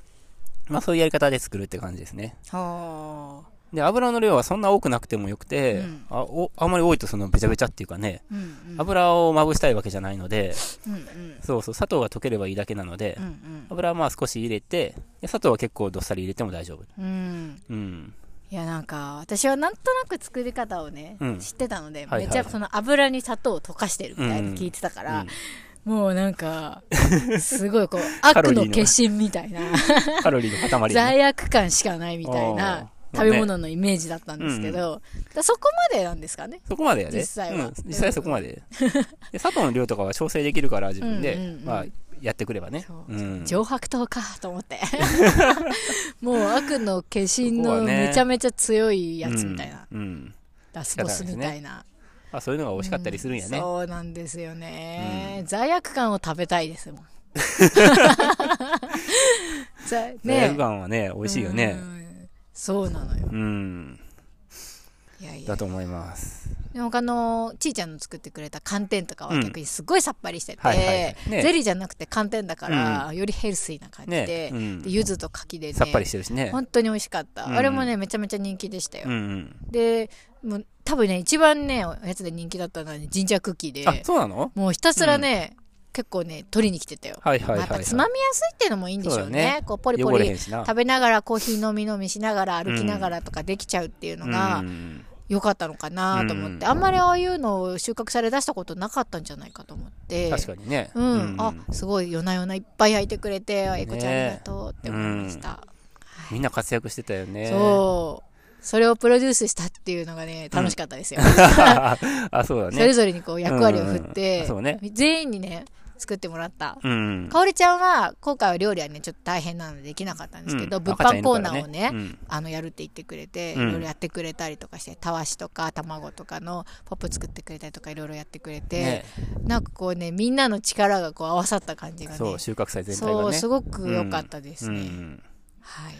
まあそういうやり方で作るって感じですね。はあで、油の量はそんな多くなくてもよくて、うんあおあんまり多いとそのべちゃべちゃっていうかね、うんうん油をまぶしたいわけじゃないので、うんうんそうそう、砂糖が溶ければいいだけなので、うん油はまあ少し入れて、で砂糖は結構どっさり入れても大丈夫。うんうんうん。いやなんか私はなんとなく作り方をね、うん知ってたので、はいはいめっちゃその油に砂糖を溶かしてるみたいに聞いてたから、もうな (laughs) んかすごいこうカロ悪リーのの化身みたいなカロリーの塊、ね。罪悪感しかないみたいなあー食べ物のイメージだったんですけど、だそこまでなんですかねそこまでやで。実際はうん、実際そこま (laughs) で。で砂糖の量とかは調整できるから、自分で、うんうんうんまあ、やってくればねそ。ううん。上白糖かと思って (laughs) もう悪の化身そこはのねめちゃめちゃ強いやつみたいな、うん。うんラスボスみたいな、まあ、そういうのが美味しかったりするんやね。 (laughs) そうなんですよね、罪悪感を食べたいですもんじゃあね、ねルガンはね、美味しいよねう。んそうなのようん。いやいやだと思います。で他のちいちゃんの作ってくれた寒天とかは逆にすごいさっぱりしてて、はいはいはいねゼリーじゃなくて寒天だから、よりヘルシーな感じで,、ねうんで柚子と柿でねさっぱりしてるしね。本当に美味しかった、うんあれもねめちゃめちゃ人気でしたよ、うんうん。でもう多分ね一番ねおやつで人気だったのは、ね、ジンジャークッキーであ、そうなのもうひたすらね、結構ね取りに来てたよ、はいはいまあやはっいはぱい。つまみやすいっていうのもいいんでしょうそうねだねこうポリポ汚れへリんしな。食べながらコーヒー飲み飲みしながら歩きながらとかできちゃうっていうのが、うん良かったのかなと思って、うんあんまりああいうのを収穫され出したことなかったんじゃないかと思って確かにね。うんあすごい夜な夜ないっぱい焼いてくれてあえこちゃんありがとうって思いました、みんな活躍してたよね。そうそれをプロデュースしたっていうのがね楽しかったです (laughs) よ、あ、そうだそれね。ぞれにこう役割を振って、うんうんそうね全員にね作ってもらった、うん。かおりちゃんは今回は料理はねちょっと大変なのでできなかったんですけど、うん物販コーナーをね、赤ちゃんいるからねあのやるって言ってくれて、うんいろいろやってくれたりとかしてたわしとか卵とかのポップ作ってくれたりとかいろいろやってくれて、ねなんかこうねみんなの力がこう合わさった感じがねそう、収穫祭全体そがうね。すごく良かったですね、うんはい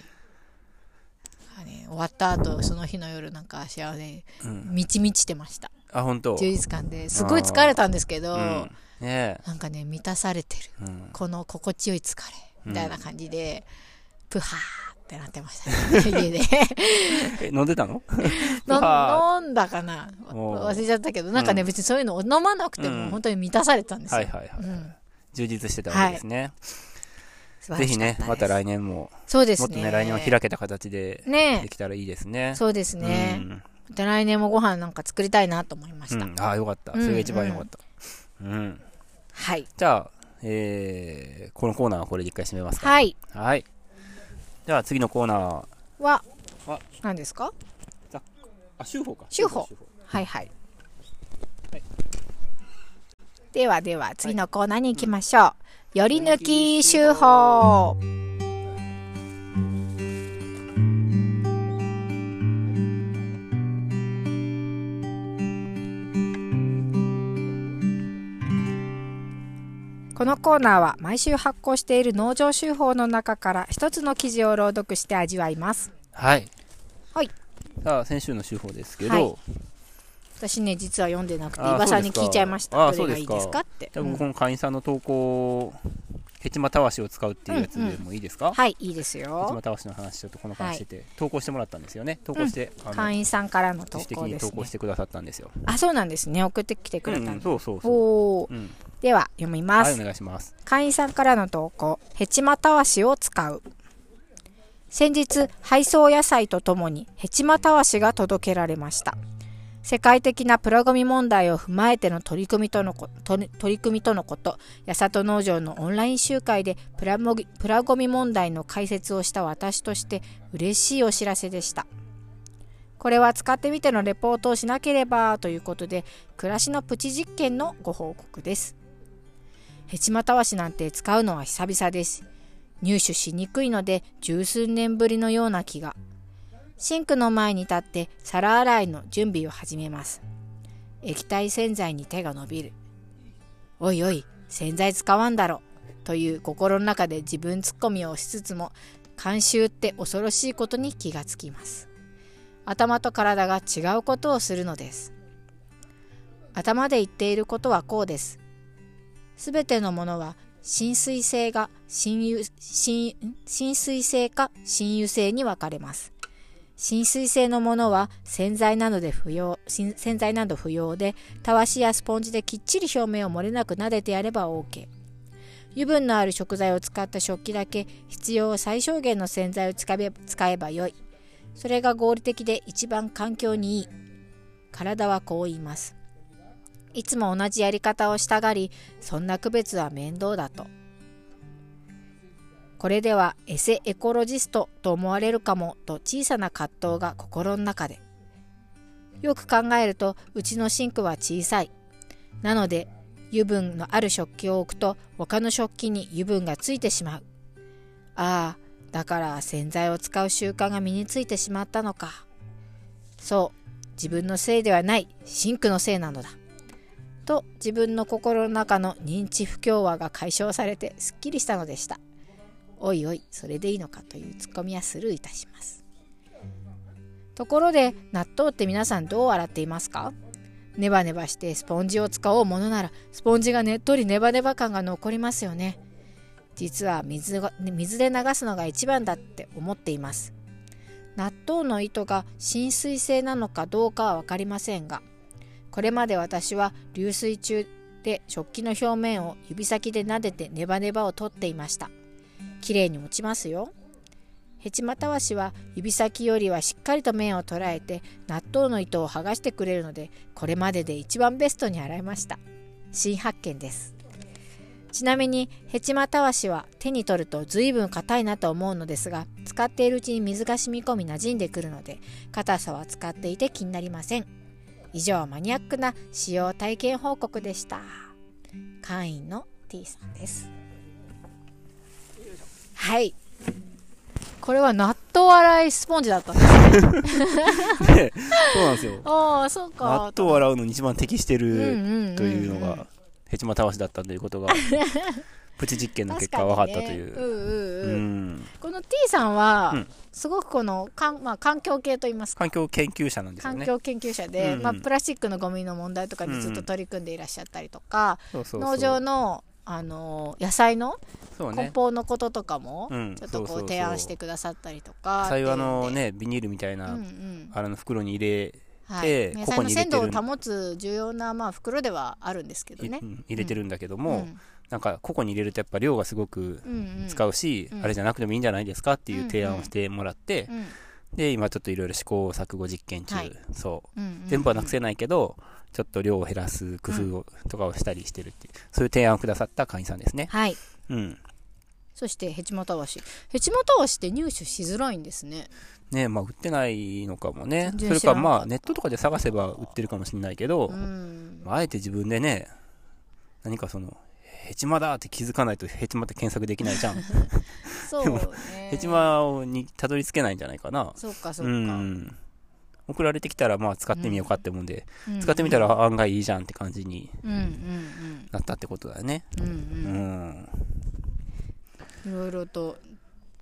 なんかね終わった後その日の夜なんか幸せにうん満ち満ちてましたあ、本当。充実感ですごい疲れたんですけど、うんねなんかね満たされてるえうんこの心地よい疲れみたいな感じで、プハーってなってまし (laughs) たね家でえ飲んでた (laughs) の飲んは飲んだかなおー忘れちゃったけどなんかね、うん別にそういうのを飲まなくてうもん本当に満たされてたんですいはよ、いはい。うん、充実してたわけですね。素晴らしかったぜですひね、また来年も、そうですもねっとね、来年は開けた形でねできたらいいですね。そうですうね、んまた来年もご飯なんか作りたいなと思いました、うん、ああ、よかった。それが一番よかった。うん。はいじゃあ、えー、このコーナーはこれで一回締めますか。はいはい。じゃあ次のコーナー。はあ何ですかあ、修法か。修法はいはい、ではでは次のコーナーに行きましょう、より抜き手法このコーナーは毎週発行している農場手法の中から一つの記事を朗読して味わいますはい。はい。じゃあ、先週の修法ですけど、はい私ね実は読んでなくて伊あー庭さんに聞いちゃいましたあーどそうれでがいすいかですかってじゃあうん僕、この会員さんの投稿、ヘチマたわしを使うっていうやつでもいいですか、はい、いいですヘチよマ。たわしの話、ちょっとこの間してて、投稿してもらったんですよね。投稿して、あの会員さんからの投自主的稿にです投稿ねし。てくださったんですよ。あ、そうなんですね。送ってきてくうれたんのうん、そうそうそう。おお、うん、では読みまはすい、お。願いします。会員さんからの投稿、ヘチマたわしを使う。先日、配送野菜とともにヘチマたわしが届けられました。世界的なプラゴミ問題を踏まえての取り組みとのこと、取り組みとのこと、八里農場のオンライン集会でプラモギプラゴミ問題の解説をした私として嬉しいお知らせでした。これは使ってみてのレポートをしなければということで、暮らしのプチ実験のご報告です。ヘチマたわしなんて使うのは久々です。入手しにくいので十数年ぶりのような気が。シンクの前に立って皿洗いの準備を始めます。液体洗剤に手が伸びる。おいおい、洗剤使わんだろ。という心の中で自分ツッコミをしつつも、慣習って恐ろしいことに気がつきます。頭と体が違うことをするのです。頭で言っていることはこうです。すべてのものは浸水性が浸油浸ん浸水性か浸油性に分かれます。浸水性のものは洗剤などで不要浸洗剤など不要でたわしやスポンジできっちり表面を漏れなく撫でてやれば OK 油分のある食材を使った食器だけ必要最小限の洗剤を使えば使えばよいそれが合理的で一番環境にいい体はこう言いますいつも同じやり方をしたがり、そんな区別は面倒だと。これではエセエコロジストと思われるかもと小さな葛藤が心の中で。よく考えると、うちのシンクは小さい。なので、油分のある食器を置くと他の食器に油分がついてしまう。ああ、だから洗剤を使う習慣が身についてしまったのか。そう、自分のせいではない、シンクのせいなのだ。と自分の心の中の認知不協和が解消されてすっきりしたのでしたおいおいそれでいいのかというツッコミはスルーいたしますところで納豆って皆さんどう洗っていますかネバネバしてスポンジを使おうものならスポンジがねっとりネバネバ感が残りますよね実は水が水で流すのが一番だって思っています納豆の糸が浸水性なのかどうかは分かりませんがこれまで私は流水中で食器の表面を指先で撫でてネバネバを取っていました綺麗に落ちますよヘチマたわしは指先よりはしっかりと面を捉えて納豆の糸を剥がしてくれるのでこれまでで一番ベストに洗いました新発見ですちなみにヘチマたわしは手に取ると随分硬いなと思うのですが使っているうちに水が染み込み馴染んでくるので硬さは使っていて気になりません以上マニアックな使用体験報告でした会員の T さんですはいこれは納豆洗いスポンジだったんです (laughs) でそうなんですよ。ああそうか納豆を洗うのに一番適してうんうんうんうるんというのが、ヘチマたわしだったということ (laughs) が、プチ実験の結確果かにね分かったという。うんううんうんん。この T さんは、うんすごくこのかん、まあ、環境系といいますか環境研究者なんですよ環ね。境研究者で、うんまあ、プラスチックのゴミの問題とかにずっと取り組んでいらっしゃったりとか、そうそうそう農場のあの野菜のそうね梱。包のこととかもうんちょっとそうこそううそう提案してくださったりとか幸いあのっていうね、でビニールみたいな、うんうんあれの袋に入れ、はい、野こ菜このに入れ鮮て度るを保つ重要な、まあ、袋ではあるんですけどいねう。ん入れてるんだけどうも、んなんか個々に入れるとやっぱ量がすごくうんうん、使うし、うんあれじゃなくてもいいんじゃないですかっていう提案をしてもらって、うんうんで今ちょっといろいろ試行錯誤実験中、はいそううんうん全部はなくせないけど、ちょっと量を減らす工夫を、とかをしたりしてるっていうそういう提案をくださった会員さんですねはいうんそしてヘチマたわしヘチマたわしって入手しづらいんですねねまあ売ってないのかもねそ全然れ知らかなかったまあネットとかで探せば売ってるかもしれないけど、うんまああえて自分でね何かそのヘチマだって気づかないとヘチマって検索できないじゃ (laughs) んそうねヘチマをにたどり着けないんじゃないかなそうかそううか、ん送られてきたらまあ使ってみようかってもんで、うん使ってみたら案外いいじゃんって感じにうんうんなったってことだよねうんうんううんんいろいろと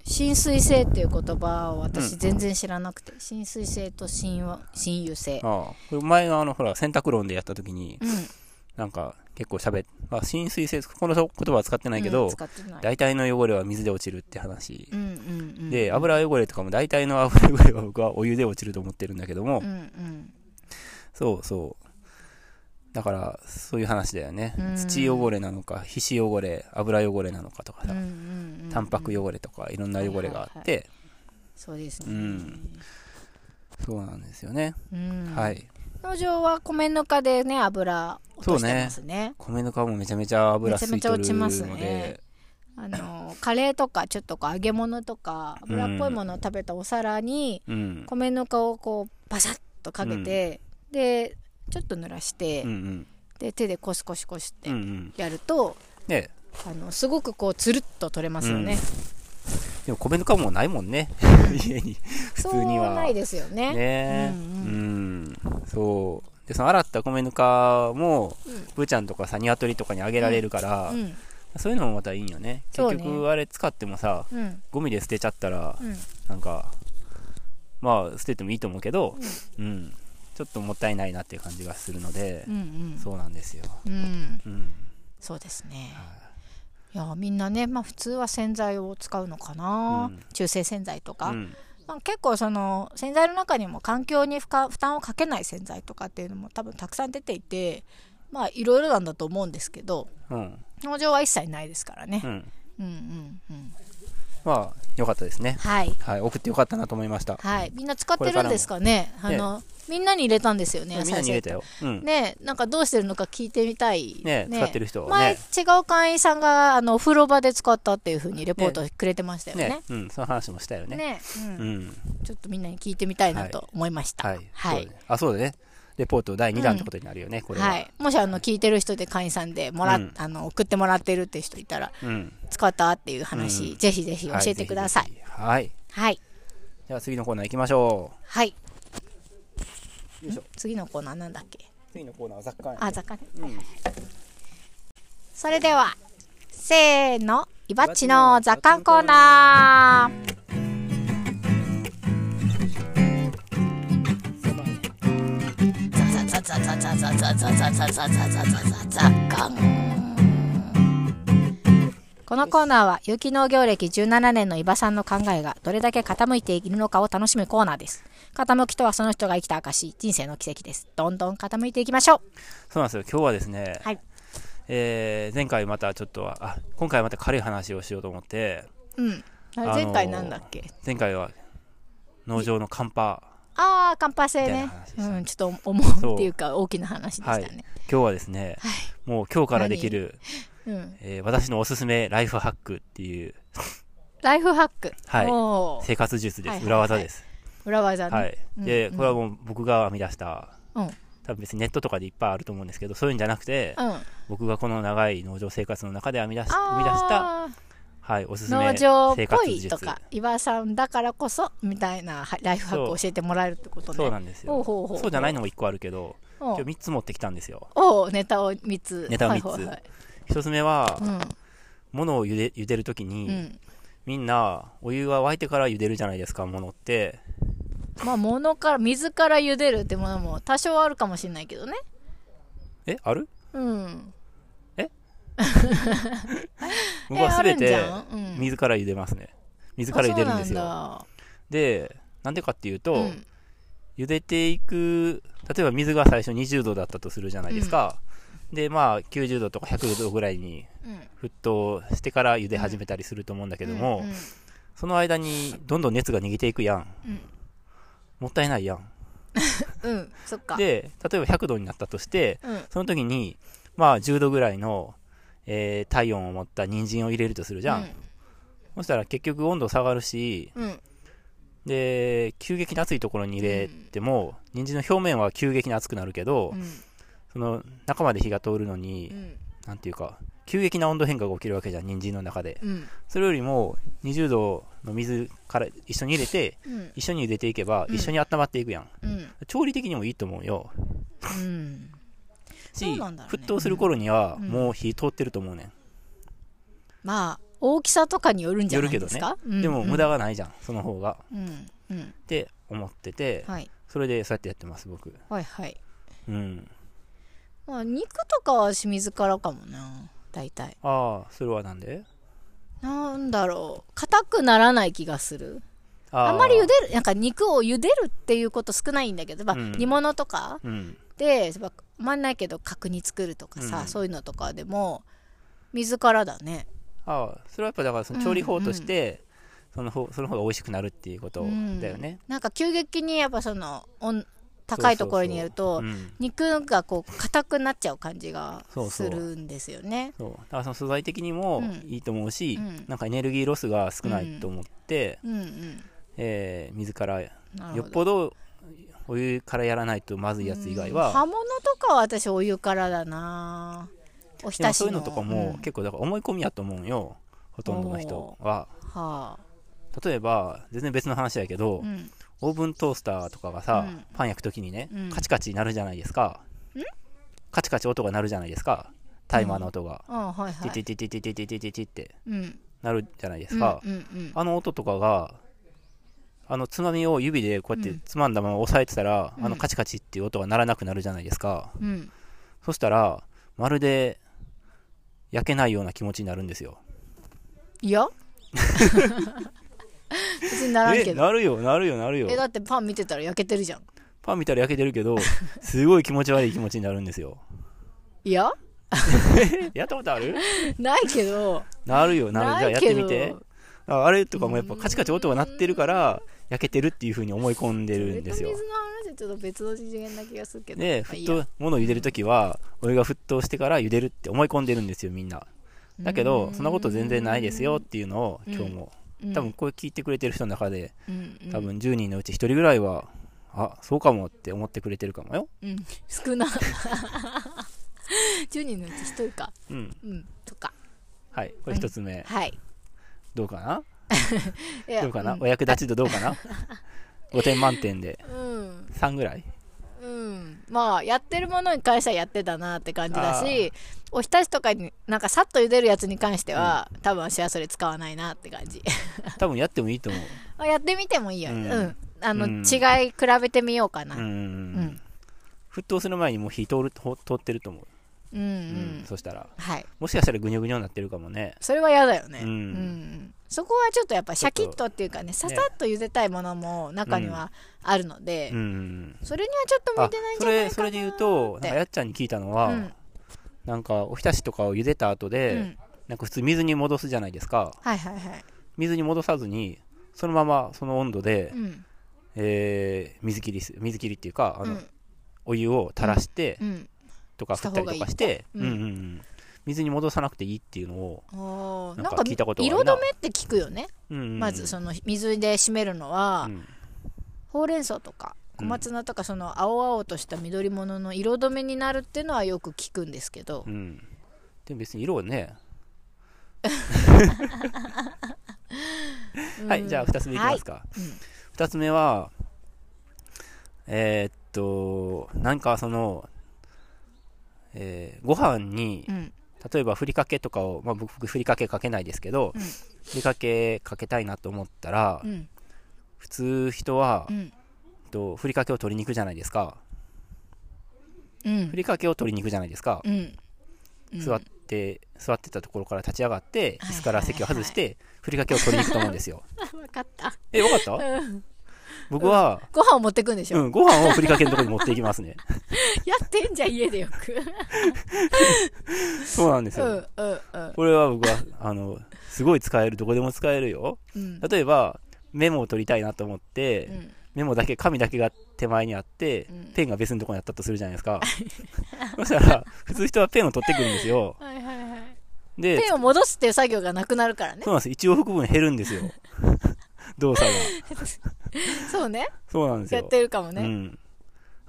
浸水性っていう言葉を私全然知らなくて、浸水性と浸和浸油性ああこれ前のあのほら洗濯論でやった時にうんなんか結構喋っあ浸水性この言葉は使ってないけうどん、使ってない大体の汚れは水で落ちるって話う、んうんうんで油汚れとかも大体の油汚れは僕はお湯で落ちると思ってるんだけども、うんうんそうそうだからそういう話だよね、うん土汚れなのか皮脂汚れ油汚れなのかとかうんうさ、んうんうんタンパク汚れとかいろんな汚れがあって、そうですね、うんそうなんですよね、うんはい農場は米ぬかでね油落としてますね米の皮もめちゃめちゃ油吸い取るめちゃめちゃの落ちますねであのカレーとかちょっとこう揚げ物とか油っぽいものを食べたお皿にうん米ぬかをこうバサッとかけて、でちょっと濡らして、うんうんで手でコシコシコシっうんうてんやると、ねあのすごくこうつるっと取れますよね、でも米ぬかもないもん (laughs) ね家に普そう通にはないですよねねううんんう、そうでその洗った米ぬかも、ブーちゃんとかさ鶏とかにあげられるから、うんそういうのもまたいいんよねそう結ね局あれ使ってもさうんゴミで捨てちゃったら、うんなんかまあ捨ててもいいと思うけど、うんちょっともったいないなっていう感じがするのでうんう、んそうなんですよ、うんうん、そうですねいやみんなね、まあ、普通は洗剤を使うのかうな、ん中性洗剤とか、うんまあ、結構その洗剤の中にも環境に負荷負担をかけない洗剤とかっていうのも多分たくさん出ていてまあいろいろなんだと思うんですけどうん農場は一切ないですからねう、んうん、うんうんまあ良かったですねはいはい送って良かったなと思いましたはいみんな使ってるんですかねあのみんなに入れたんですよねみんなに入れた野菜よ、うん、セットねなんかどうしてるのか聞いてみたいね使ってる人は前ね違う会員さんがあのお風呂場で使ったっていうふうにレポートくれてましたよねねうん、その話もしたよね。ねうんうん、ちょっとみんなに聞いてみたいなと思いました。はい、そうだねあ、そうだね。レポート第2弾ってことになるよね、これは。はい、もしあの聞いてる人で会員さんでもら、うんあの送ってもらってるって人いたらうん、使ったっていう話、うんぜひぜひ教はいえてくださいぜひぜひはい、はいじゃあ次のコーナー行きましょはい、う。よいしょ。次のコーナーなんだっけ次のコーナーは雑貨やあ、雑貨ね。うんそれでは、せーの、いばっちの雑貨コーナー。ザザザザザザザザザザザザザザザザこのコーナーは有機農業歴17年の伊庭さんの考えがどれだけ傾いているのかを楽しむコーナーです傾きとはその人が生きた証人生の奇跡ですどんどん傾いていきましょうそうなんですよ今日はですね、はいえー前回またちょっとはあ今回また軽い話をしようと思ってうん。のー前回なんだっけ前回は農場のカンパああ、カンパ制みたいねな話で。しうたねん、ちょっと重そいうっていうか大きな話でしたね。今日はですね、もう今日からできる、うん。えー私のおすすめライフハックっていうライフハック。はいおー生活術です、はいはい裏技です、裏技ね。はいで、うんこれはもう僕が編み出したうん。うん。多分別にネットとかでいっぱいあると思うんですけどそういうんじゃなくて、僕がこの長い農場生活の中で編み出し生み出した、あーはい、おすすめ農場っ生ぽ活い術とか、岩さんだからこそ、みたいなはライフハックを教えてもらえるってことね。そうなんですよほうほうほうそうじゃないのも1個あるけどお今日う3つ持ってきたんですよおうネタを3つ。ネタを3つはいはいはい1つ目は、物を茹で茹でるときに、うん。うん。みんなお湯が沸いてから茹でるじゃないですか物ってまあ、物から、水から茹でるってものも多少あるかもしれないけどね。えあるうん。僕は全てあるんじゃんうん水から茹でますね水から茹でるんですあよでなんでかっていうと、そうなんだ。うん。茹でていく例えば水が最初20度だったとするじゃないですか、でまあ90度とか100度ぐらいにうん沸騰してから茹で始めたりすると思うんだけども、うんうんその間にどんどん熱が逃げていくやん、うんもったいないやんうん、そっか。で例えば100度になったとしてうん、その時にまあ10度ぐらいの、えー体温を持った人参を入れるとするじゃん、そしたら結局温度下がるしうん、うん、で急激に熱いところに入れても、人参の表面は急激に熱くなるけど、うん、その中まで火が通るのに、うん、なんていうか急激な温度変化が起きるわけじゃん人参の中でうん、それよりも20度の水から一緒に入れてうん、一緒に茹でていけばうん一緒に温まっていくやん、うん、調理的にもいいと思うようん。し、そうなんだろうね沸騰する頃にはうんもう火通ってると思うね、まあ、大きさとかによるんじゃないですよか。うんん、でも無駄が。がないじゃんその方がうん、うん、って思ってて、はい、それでそうやってやってます僕はい、はい。うんまあ、肉とかは清水からかもな、大体。ああそれはなんでなんだろう、硬くならない気がする。ああんまり茹ででる、なんか肉を茹でるっていうこと少ないんだけど、まあ、うん煮物とかうんで、まあ、あんまりないけど、角煮作るとかさ、うんそういうのとかでも、水からだね。ああそれはやっぱだからその調理法として、その方その方が美味しくなるっていうことだよね、うんなんか急激にやっぱその温高いところにやるとそうそうそううん肉がこう硬くなっちゃう感じがそうそすうるんですよねそうだからその素材的にもうんいいと思うし、うんなんかエネルギーロスが少ないと思って、うんうんえー、自らよなるっほどぽどお湯からやらないとまずいやつ以外うんは、刃物とかは私お湯からだなおひでもたしそうのいうのとかうもん結構だから思い込みやと思うよほとんどの人ははあ例えば全然別の話やけど、うんオーブントースターとかがさ、うんパン焼くときにね、うんカチカチ鳴るじゃないですかカチカチ音が鳴るじゃないですかタイマーの音が、あはいはテいィティティティティティティティティってうん鳴るじゃないでうすんか、うんうんあの音とかが、あのつまみを指でこうやってつまんだまま押さえてたら、うんあのカチカチっていう音が鳴らなくなるじゃないですか。うんそしたら、まるで焼けないような気持ちになるんですよ。(laughs) いや別にならんえ、けどなるよ、なるよ、なるよえ。だってパン見てたら焼けてるじゃんパン見たら焼けてるけ (laughs) ど、すごい気持ち悪い気持ちになるんですよ。いややったことあるないけどなるよ、なるないじゃあやっけてどみて。ああれとかもやっぱカチカチ音が鳴ってるから、焼けてるっていう風に思い込んでるんですよそ。れと水の話はちょっと別の次元な気がするけど。で、まあい沸いや騰、物を茹でるときは、お湯が沸騰してから茹でるって思い込んでるんですよ、みんな。だけど、そんなこと全然ないですよっていうのを、今日も、多分、これ聞いてくれてる人の中で、うんうん多分10人のうち1人ぐらいは、あ、そうかもって思ってくれてるかもよ。うん、少な。10人のうち1人か。うん。うん、とか。はい。これ一つ目。はい。どうかないやどうかなんお (laughs) 役立ち度どうかな ?5 点満点で。うん、 3ぐらいうん。まあ、やってるものに関してはやってたなって感じだし、おひたしとかに、なんかさっと茹でるやつに関しては、多分私はそれ使わないなって感じ。 (laughs) 多分やってもいいと思う。あやってみてもいいよ。う。うんんあの、うん違い比べてみようかな。ううん。ん。沸騰する前にもう火通る、ほ通ってると思う。うん、うん、うん。そしたら。はい。もしかしたらぐにょぐにょになってるかもね。それは嫌だよね。ううんんそこはちょっとやっぱシャキッとっていうかね、ささっと茹でたいものも中にはあるので、うん。それにはちょっと向いあてないん、じそゃないかなれ、それで言うと、なんかやっちゃんに聞いたのは、うんなんかおひたしとかを茹でた後で、うんなんか普通水に戻すじゃないですか。はいはいはい。水に戻さずに、そのままその温度で、うん。えー、水切りす、水切りっていうか、あうの、ん。お湯を垂らして、うん。とかした振っ方たりがいいとかして、ううんんうんうん。水に戻さなくていいっていうのを、おーなんなかんか聞いたことあるな色止めって聞くよね、うんうんうんまずその水で締めるのは、うんほうれん草とか小松菜とかその青々とした緑物の色止めになるっていうのはよく聞くんですけど、うん。でも別に色をね。はい、じゃあ2つ目いきますか。いうん2つ目は、えーっと、なんかその、えーご飯に、うん例えばふりかけとかを、まあ僕、僕ふりかけかけないですけど、うんふりかけかけたいなと思ったら、うん普通人は、うんえっとふりかけを取りに行くじゃないですか。うんふりかけを取りに行くじゃないですか。うんうん座って、座ってたところから立ち上がって、は椅い子から席を外して、ふりかけを取りに行くと思うんです (laughs) よ。分かったえ、わかった僕は、ご飯を持ってくんでしうょ、ん、ご飯をふりかけのところに持っていきます (laughs) ね。やってんじゃん家でよくそうなんですうんうよ。んうんこれは僕は、あの、すごい使える、どこでも使えるよ。うん例えば、メモを取りたいなと思っうて、んメモだけ、紙だけが手前にあってうん、ペンが別のところにあったとするじゃないですか。 (laughs) そしたら、普通人はペンを取ってくるんですよ。はいはいはいで、ペンを戻すっていう作業がなくなるからねそうなんです。一往復分減るん (laughs) ですよ。動作が。そうねそうなんですやよっ。てるかもうね、ん。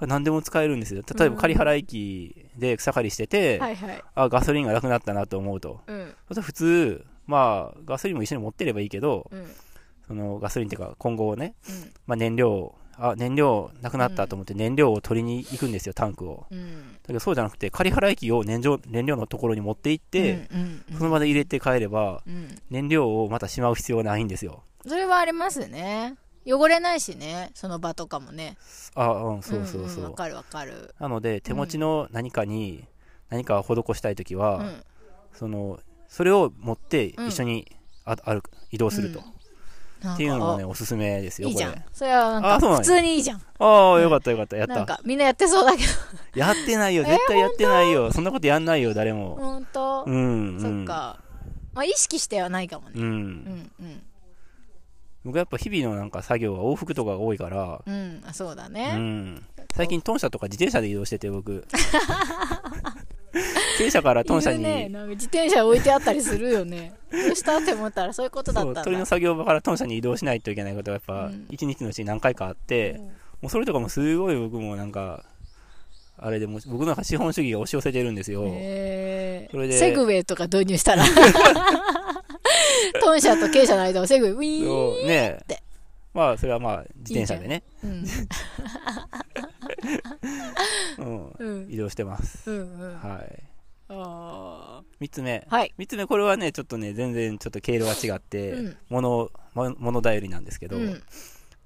何でも使えるんですよ。例えば、仮払い機で草刈りしてて、はいはいあ、ガソリンがなくなったなと思うと。うんそしたら普通、まあ、ガソリンも一緒に持ってればいいけど、うんそのガソリンっていうか、今後ね、うんまあ、燃料を、あ、燃料なくなったと思って燃料を取りに行くんですよ、タンクを。うんだけどそうじゃなくて、仮払い機を燃料燃料のところに持って行って、うんうんその場で入れて帰れば、うん燃料をまたしまう必要はないんですよ。それはありますね汚れないしねその場とかもねあ、うん、そうそうそんんう。わ、かるわかるなので、手持ちの何かに、何かを施したいときは、うんその、それを持ってうん一緒にあ、歩く移動すると。なんっていうのかもね、おすすめですよ、いいこじれ。ゃんそれはなあんそうかなん普や通にいいじゃんああ、よかったよかった。やっなんた。かみんなやってそうだけどやってないよ。絶対やってないよ。そんなことやんないよ、誰も。本当、うん。そっ。かまあ意識してはないかもう。ねうんんうん僕やっぱ日々のなんか作業は往復とかが多いから、うんあそうだうねん。最近、トン社とか自転車で移動してて、 (laughs) 僕。 (laughs) 軽車からトン社いるねに、なんか自転車置いてあったりするよねどうしたって思ったらそういうことだそっうたん鳥のだ作業場から豚舎に移動しないといけないことがやっうぱん一日のうちに何回かあって、もうそれとかもすごい僕もなんかあれでもう僕の中資本主義が押し寄せてるんですよ、へそれーでセグウェイとか導入 (laughs) したらトン車と軽車の間をセグウェイウィーンそうねてまあそれはまあ自転車でねうんうんうん移動してますうんうんはいあ3つ目ーはい3つ目これはねちょっとね全然ちょっと経路が違って、うん物もの物頼りなんですけど、うん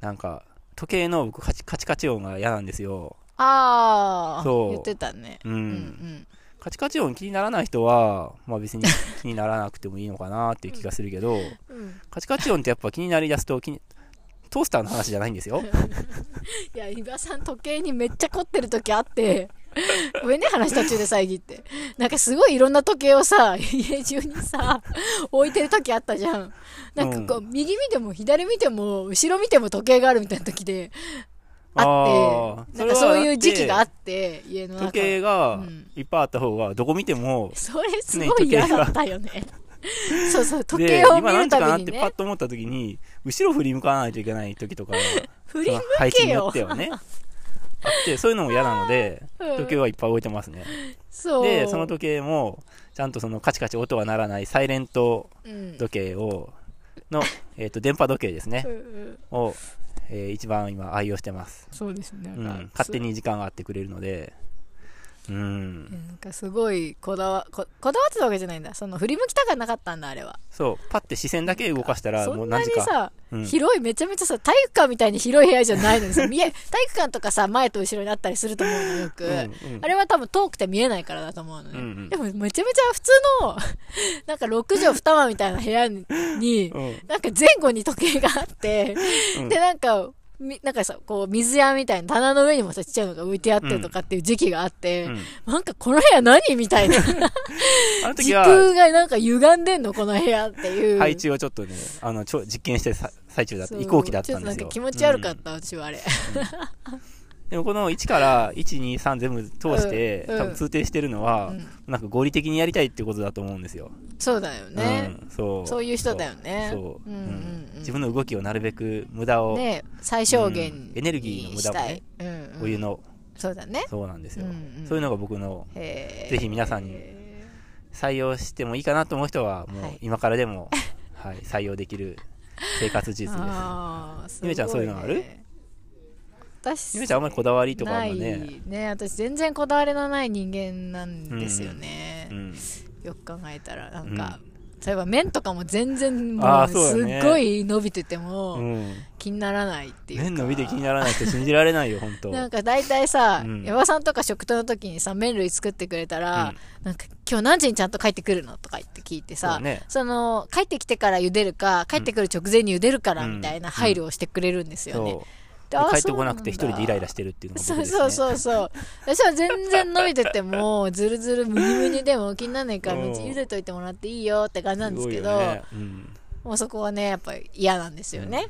なんか時計の僕カチカチカチ音が嫌なんですよああそう言ってたねううんんカチカチ音気にならない人は、まあ別に気にならなくてもいいのかなっていう気がするけ (laughs) ど、うんカチカチ音ってやっぱ気になりだすと気に、トースターの話じゃないんですよ。いや伊庭さん時計にめっちゃ凝ってる時あ (laughs) ってごめんね話途中で遮ってなんかすごいいろんな時計をさ家中にさ置いてる時あったじゃんなんかこう、右見ても左見ても後ろ見ても時計があるみたいな時であってーなんかそういうそれ時期はがああっって家のて中時計うがんいっぱいあった方が、どこ見ても、それすごい嫌だったよねそうそう時計でを見今なるんとかたなっびにてパねッと思った時に、後ろ振り向かないといけない時とか、 (laughs) 振り向その配置けによよっては (laughs) ね、あって、そういうのも嫌なので、うん時計はいっぱい置いてますね。そうで、その時計も、ちゃんとそのカチカチ音が鳴らないサイレントうん時計を、の、えっ、と、電波時計ですねう。んうんを、えー一番今愛用してます、そうですねうなんか、ん、勝手に時間があってくれるのでういやんなんかすごいこだわここだわってたわけじゃないんだその振り向きたくなかったんだあれはそうパッて視線だけ動かしたらそもうんな何に時かさ、うん広いめちゃめちゃさ体育館みたいに広い部屋じゃないのにさ見え体育館とかさ前と後ろにあったりすると思うのよく、うんうんあれは多分遠くて見えないからだと思うのね、うんうんでもめちゃめちゃ普通の (laughs) なんか6畳2間みたいな部屋ににうんなんか前後に時計があって、うんでなんかみなんかさこう水屋みたいな棚の上にもさちっちゃいのが浮いてあってとかっていう時期があって、うんなんかこの部屋何み (laughs) たいなあの時時は空がなんか歪んでんのこの部屋っていう配置をちょっとねあのちょ実験してさ最中だったそう移行期だったんですよちょっとなんか気持ち悪かった、私はあれでもこの1から123全部通して、うんうん多分通底してるのは、うんなんか合理的にやりたいってことだと思うんですよ。そうだよね、うん、そうそういう人だよねそうそううんうんうん自分の動きをなるべく無駄を、ね最小限に、うんエネルギーの無駄もねしたい、うんうんお湯のそうだねそうなんですよ、うんうんそういうのが僕のへーぜひ皆さんに採用してもいいかなと思う人はもはうい今からでも、 (laughs) はい採用できる生活実ですあーすごゆめちゃんそういうのある私ゆめちゃんあんまりこだわりとかあなんいまねね私全然こだわりのない人間なんですよね、うん、よく考えたらなんか、例えば麺とかも全然もあーうそうだすねっごい伸びてても、うん、気にならないっていうか麺の美で気にならないって信じられないよ本当なんか大体さ、うん矢場さんとか食堂の時にさ麺類作ってくれたら、なんか今日何時にちゃんと帰ってくるのとか言って聞いてそさうねの帰ってきてから茹でるか帰ってくる直前に茹でるからうんみたいな配慮をしてくれるんですよね、そうであー帰ってこなくて一そ人うんだでイライラしてるっていうのが僕そうです、ね、そうそうそう。私は全然伸びてても、ずるずるむにむにでも気にならないから、うん茹でといてもらっていいよって感じなんですけごど、いよねうん、もうそこはね、やっぱり嫌なんですよね。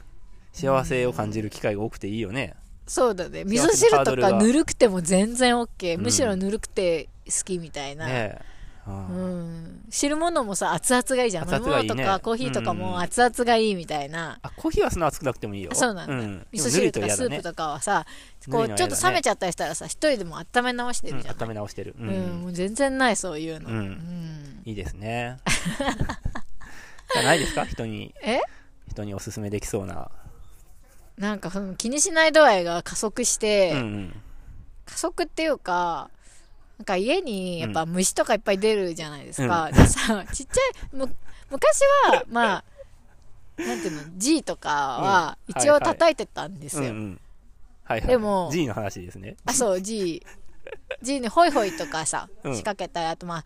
幸せを感じる機会が多くていいよね、そうだね。味幸噌せのハード汁とルがかぬるくても全然 OK。うんむしろぬるくて好きみたいな。ねえううんん。汁物もさ、熱々がいいじゃん。熱々がいいね飲み物とかコーヒーとかうんうんも熱々がいいみたいな。あコーヒーはそんな熱くなくてもいいよそうなんだ。ん、味噌汁とかスープかとかはさ、ぬこるいうのは嫌だねちょっと冷めちゃったりしたらさ、一人でも温め直してるじゃん。温め直してる、ううんん、もう全然ないそういうの。うんうんいいですねじゃあないですか人にえ人におすすめできそうな、なんかその気にしない度合いが加速して、うんうん加速っていうか、なんか家にやっぱ虫とかいっぱい出るじゃないですか。うでさ、ちっちゃい、む、昔は、まあ、なんていうの、G とかはうん一は応いはい叩いてたんですうよ。んうんはいはいでも G の話ですねあ、そう、G。G にホイホイとかさ、うん仕掛けたり、あとまあ、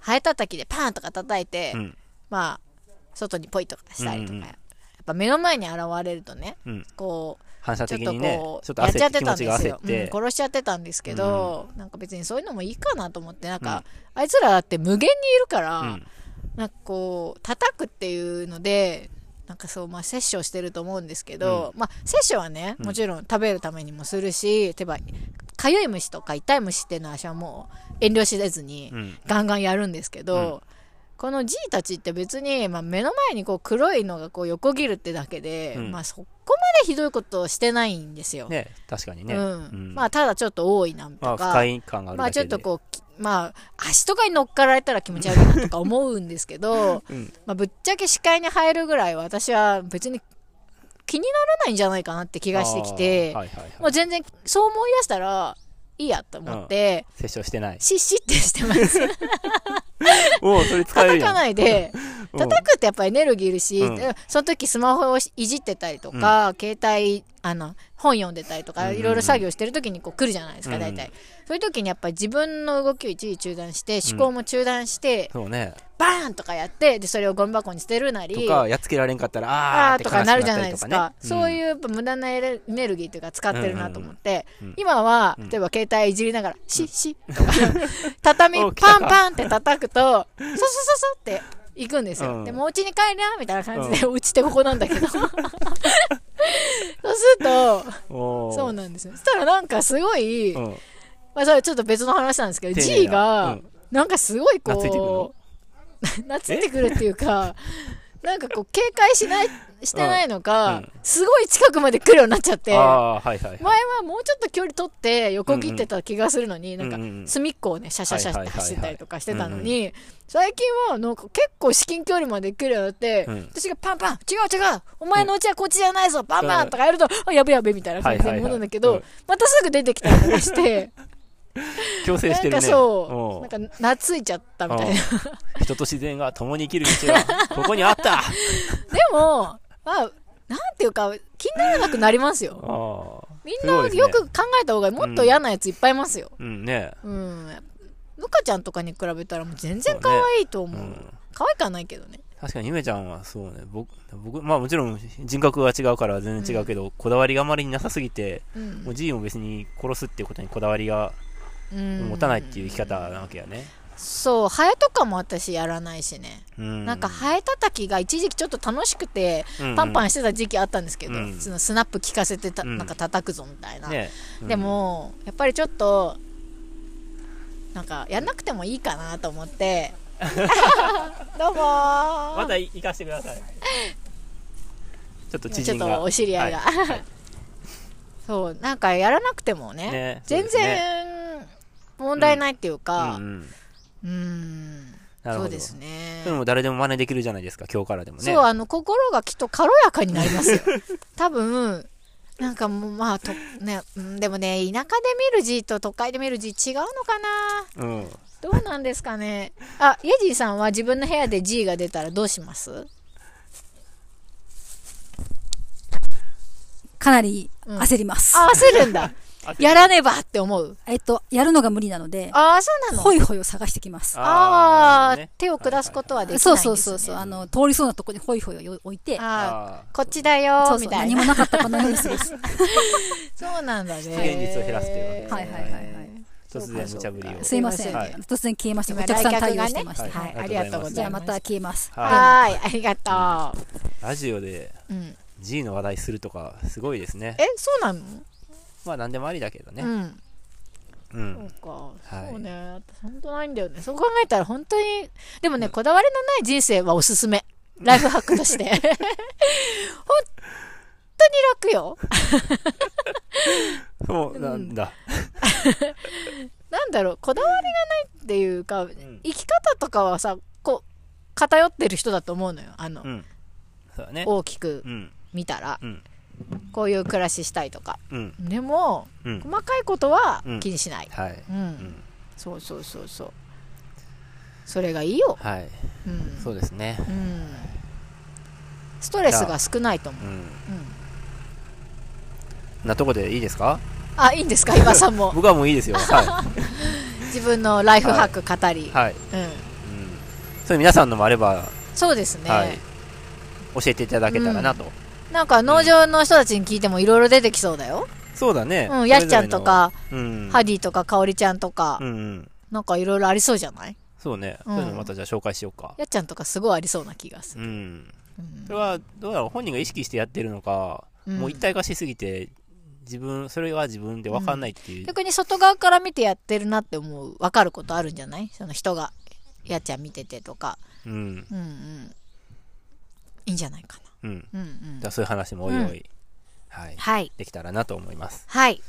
ハエ叩きでパーンとか叩いて、うんまあ、外にポイとかしたりとか、うんうんやっぱ目の前に現れるとね、うんこう、反射ちょっ的とにねこう、ちょっとやっちゃ焦っってて気た持んちでがす焦よっ、うてん、、殺しちゃってたんですけど、なんか別にそういうのもいいかなと思ってなんか、あいつらって無限にいるから、うんなんかこう叩くっていうのでなんかそうまあ摂取をしてると思うんですけど、まあ摂取はねもちろん食べるためにもするし、例えばかゆい虫とか痛い虫っていうのは私はもう遠慮しれずに、うんガンガンやるんですけど、この G たちって別に、まあ、目の前にこう黒いのがこう横切るってだけで、うんまあ、そこまでひどいことをしてないんですよ。ね確かにね、うんうんまあ、ただちょっと多いなとまあか、不快感があるまだあけちょでっとこうきまあ足とかに乗っかられたら気持ち悪いなとか思うんですけど、 (laughs) うんまあ、ぶっちゃけ視界に入るぐらいは私は別に気にならないんじゃないかなって気がしてきて、あーはいはいもはうい、全然そう思い出したらいいやと思って、接触してないシッシッてして (laughs) ますおおそれ使える叩やかんな (laughs) いでうん叩くってやっぱエネルギーいるし、うんでその時スマホをいじってたりとか、携帯あの本読んでたりとうんうかんうんいろいろ作業してる時にこう来るじゃないですか、うん大体そういう時にやっぱり自分の動きを一時中断して思考も中断して、そうねバーンとかやってでそれをゴミ箱に捨てるなりとかやっつけられんかったらあああーとかなるじゃないですかそういううやっぱ無駄なエレエネルギーというか使ってるなと思って、うんうんうん今は、うん例えば携帯いじりながら、シッシッとか (laughs) (laughs) 畳お来たパかンパンって叩くとそそそそって行くんですよ、うんでもう家に帰りゃみたいな感じで、うちってここなんだけどそうするとそそうなんですよそしたらなんかすごい、うんまあ、それちょっと別の話なんですけ丁ど寧な G が、うんなんかすごい (laughs) 懐いてくるこう懐いてくるっていうかなんかこう、警戒しない、してないのうか、んすごい近くまで来るようになっちゃって、あ前はあ、はいはい。もうちょっと距離取って横切ってた気がするのに、うんうんなんか隅っこをね、シャシャシャっはいてはいはいはい走ったりとかしてたのに、最近はなんか結構至近距離まで来るようになって、うん私がパンパン、違う違う、お前のうちはこっちじゃないぞ、パンパンとかやると、あ、やべやべみたいな感じで戻るんだけど、はいはいまたすぐ出てきたりと (laughs) かして、強制してなるね。んかそうう、んなんか懐いちゃったみたいな。うん人と自然が共に生きる道 (laughs) は、ここにあったあでも、まあ、なんていうか、気にならなくなりますよ。あ。みんすごないですねよく考えた方がもっと嫌なやついっぱいいますよ。うんね。うん。ぬかちゃんとかに比べたらもう全然可愛いと思う。うん可愛くはないけどね。確かにゆめちゃんはそうね。僕、僕、まあもちろん人格が違うから全然違うけど、こだわりがあまりになさすぎて、うもんう G も別に殺すっていうことにこだわりがうん。持たないっていう生き方なわけやね。そう、ハエとかも私やらないしね。うん。なんかハエ叩きが一時期ちょっと楽しくて、うん、パンパンしてた時期あったんですけどう、んそのスナップ効かせてた、うんなんか叩くぞみたいな。ね。で、も、やっぱりちょっと、なんか、やんなくてもいいかなと (laughs) 思って、どうもーまた行かしてください。 (laughs) ちょっと知ちょっ人が。とお知り合いが。ははい (laughs) そう、なんかやらなくてもね、ね (laughs) 全そうで然問題ないっていうか、うんうんうーん、なるそほうど。ですね。でも誰でも真似できるじゃないですか、今日からでもね。そう、あの、心がきっと軽やかになりま (laughs) すよ。多分、なんかもう、まあ、と、ね、うんでもね、田舎で見る字と都会で見る字違うのかうなん。どうなんですかね。あ、イェジーさんは自分の部屋で G が出たらどうしますかなりうん焦ります。あ、焦るんだ。やらねばって思う。えっと、やるのが無理なので、ああ、そうなの。ホイホイを探してきます。ああ、ーなるほどね手を下すことはできないんです、そね。うそうそうそう、あの、通りそうなとこにホイホイをよ置いて、ああーこっちだよそー、うそみう、たい何な。もなかったかのようにする。 (laughs) そうなんだね。現実を減らすというわけですねはいはいはいはいー突然無茶ぶりを。すいません、はい突然消えました。今お客さん対応して来客がねました。はい、あありりががとうとうごござざじゃいあま。ますた消えます。ははーい、ありがとい。ラジオでう。うん。 G の話題するとか、すごいですねえ。、そうなのまあ何でもありだけどね。うん。う。そうんか。はいそうね。本当ないんだよね。そう考えたら本当に、でもね、こだわりのない人生はおすすめ。ライフハックと (laughs) して。本当に楽よ。そうなんだ。なんだろう、こだわりがないっていうか、ん生き方とかはさ、こう、偏ってる人だと思うのよ。あの、うん。そうだね。大きくうん。見たら、うん。こういう暮らししたいとか。うん。でも、うん。細かいことはうん気にしない。はい。うん。うん。そうそうそうそう。それがいいよ。はい。うん。そうですね。うんストレスが少ないと思うう。ん。うんなとこでいいですかあ、いい (laughs) んですか、今さんも。僕はもういいですよ。 (laughs) は自分のライフハック語 (laughs) り。い。はい。うん。うん。そういう皆さんのもあれば、そうですね。はい。教えていただけたらなと。なんか農場の人たちに聞いてもいろいろ出てきそうだよ。そうだね。うん、ヤシちゃんとか、それぞれの、うん。ハディとか、カオリちゃんとかう、んうん。なんかいろいろありそうじゃないそうね。うそんういうのまたじゃあ紹介しようか。ヤっちゃんとかすごいありそうな気がすうる。ん。うんそれは、どうだろう本人が意識してやってるのか、うんもう一体化しすぎて、自分、それが自分で分かんないっていう。逆に外側から見てやってるなって思う、わかることあるんじゃないその人が、ヤっちゃん見ててとか。うん。うんうん。いいんじゃないかうん。じな。うんうんゃあ。そういう話もおいおい、はい。はい。できたらなと思います。はい。今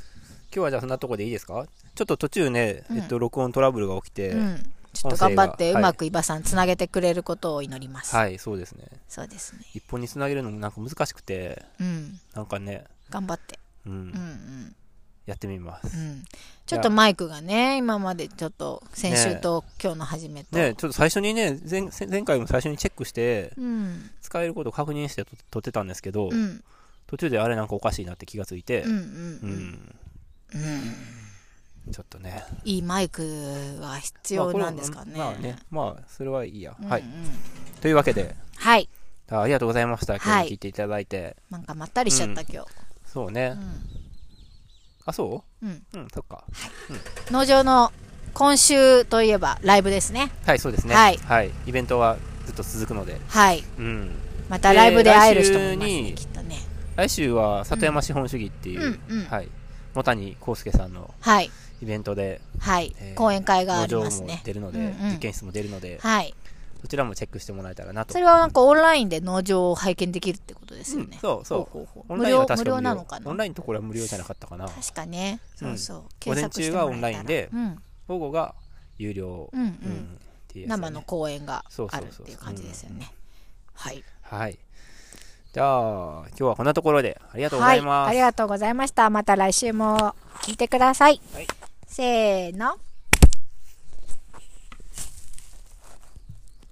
日はじゃあそんなとこでいいですかちょっと途中ね、えっと、録音トラブルが起きて、うん、ちょっと音声頑が張ってうはいまく伊庭さんつなげてくれることを祈ります、はい、そうですね。そうですね一本につなげるのもなんか難しくて、うんなんかね、頑張ってうん、うんうんやってみますう。んちょっとマイクがね今までちょっと先週と今日の初めと、ね、ちょっと最初にね、前前回も最初にチェックして、うん使えることを確認してと撮ってたんですけど、うんうん途中であれなんかおかしいなって気がついて、うんううんんちょっとねいいマイクは必要なんですかね,、まあこれはまあねまあそれはいいや、うんうんはいというわけではいあありがとうございました今日もはい聞いていただいて、なんかまったりしちゃった、うん今日、そうね、あそうんうん、ううんそっか農場の今週といえばライブですねはいそうですねはいイベントはずっと続くのではいうんまたライブで会える人もいまです来週ねにきっとね来週は里山資本主義っていう、うんうんはい茂谷康介さんのはいイベントで、はいえー講演会があり農ま場すもね出るので、うんうん実験室も出るので、はいそちらもチェックしてもらえたらなとそ。れはなんかオンラインで農場を拝見できるってことですよね。そうそほうほう。うほうオンラインは確か無料無料なのかなオンラインのところは無料じゃなかったかな。確かね。そうそう。午検前索し中てもらがえたらオンラインでう、ん。午後が有料。うんうんっていうやつだ生ねの公演がそうそあうるそうっていう感じですよね。はい。はい。じゃあ、今日はこんなところで、ありがとうございます。はい、ありがとうございました。また来週も聞いてください。はいせーの。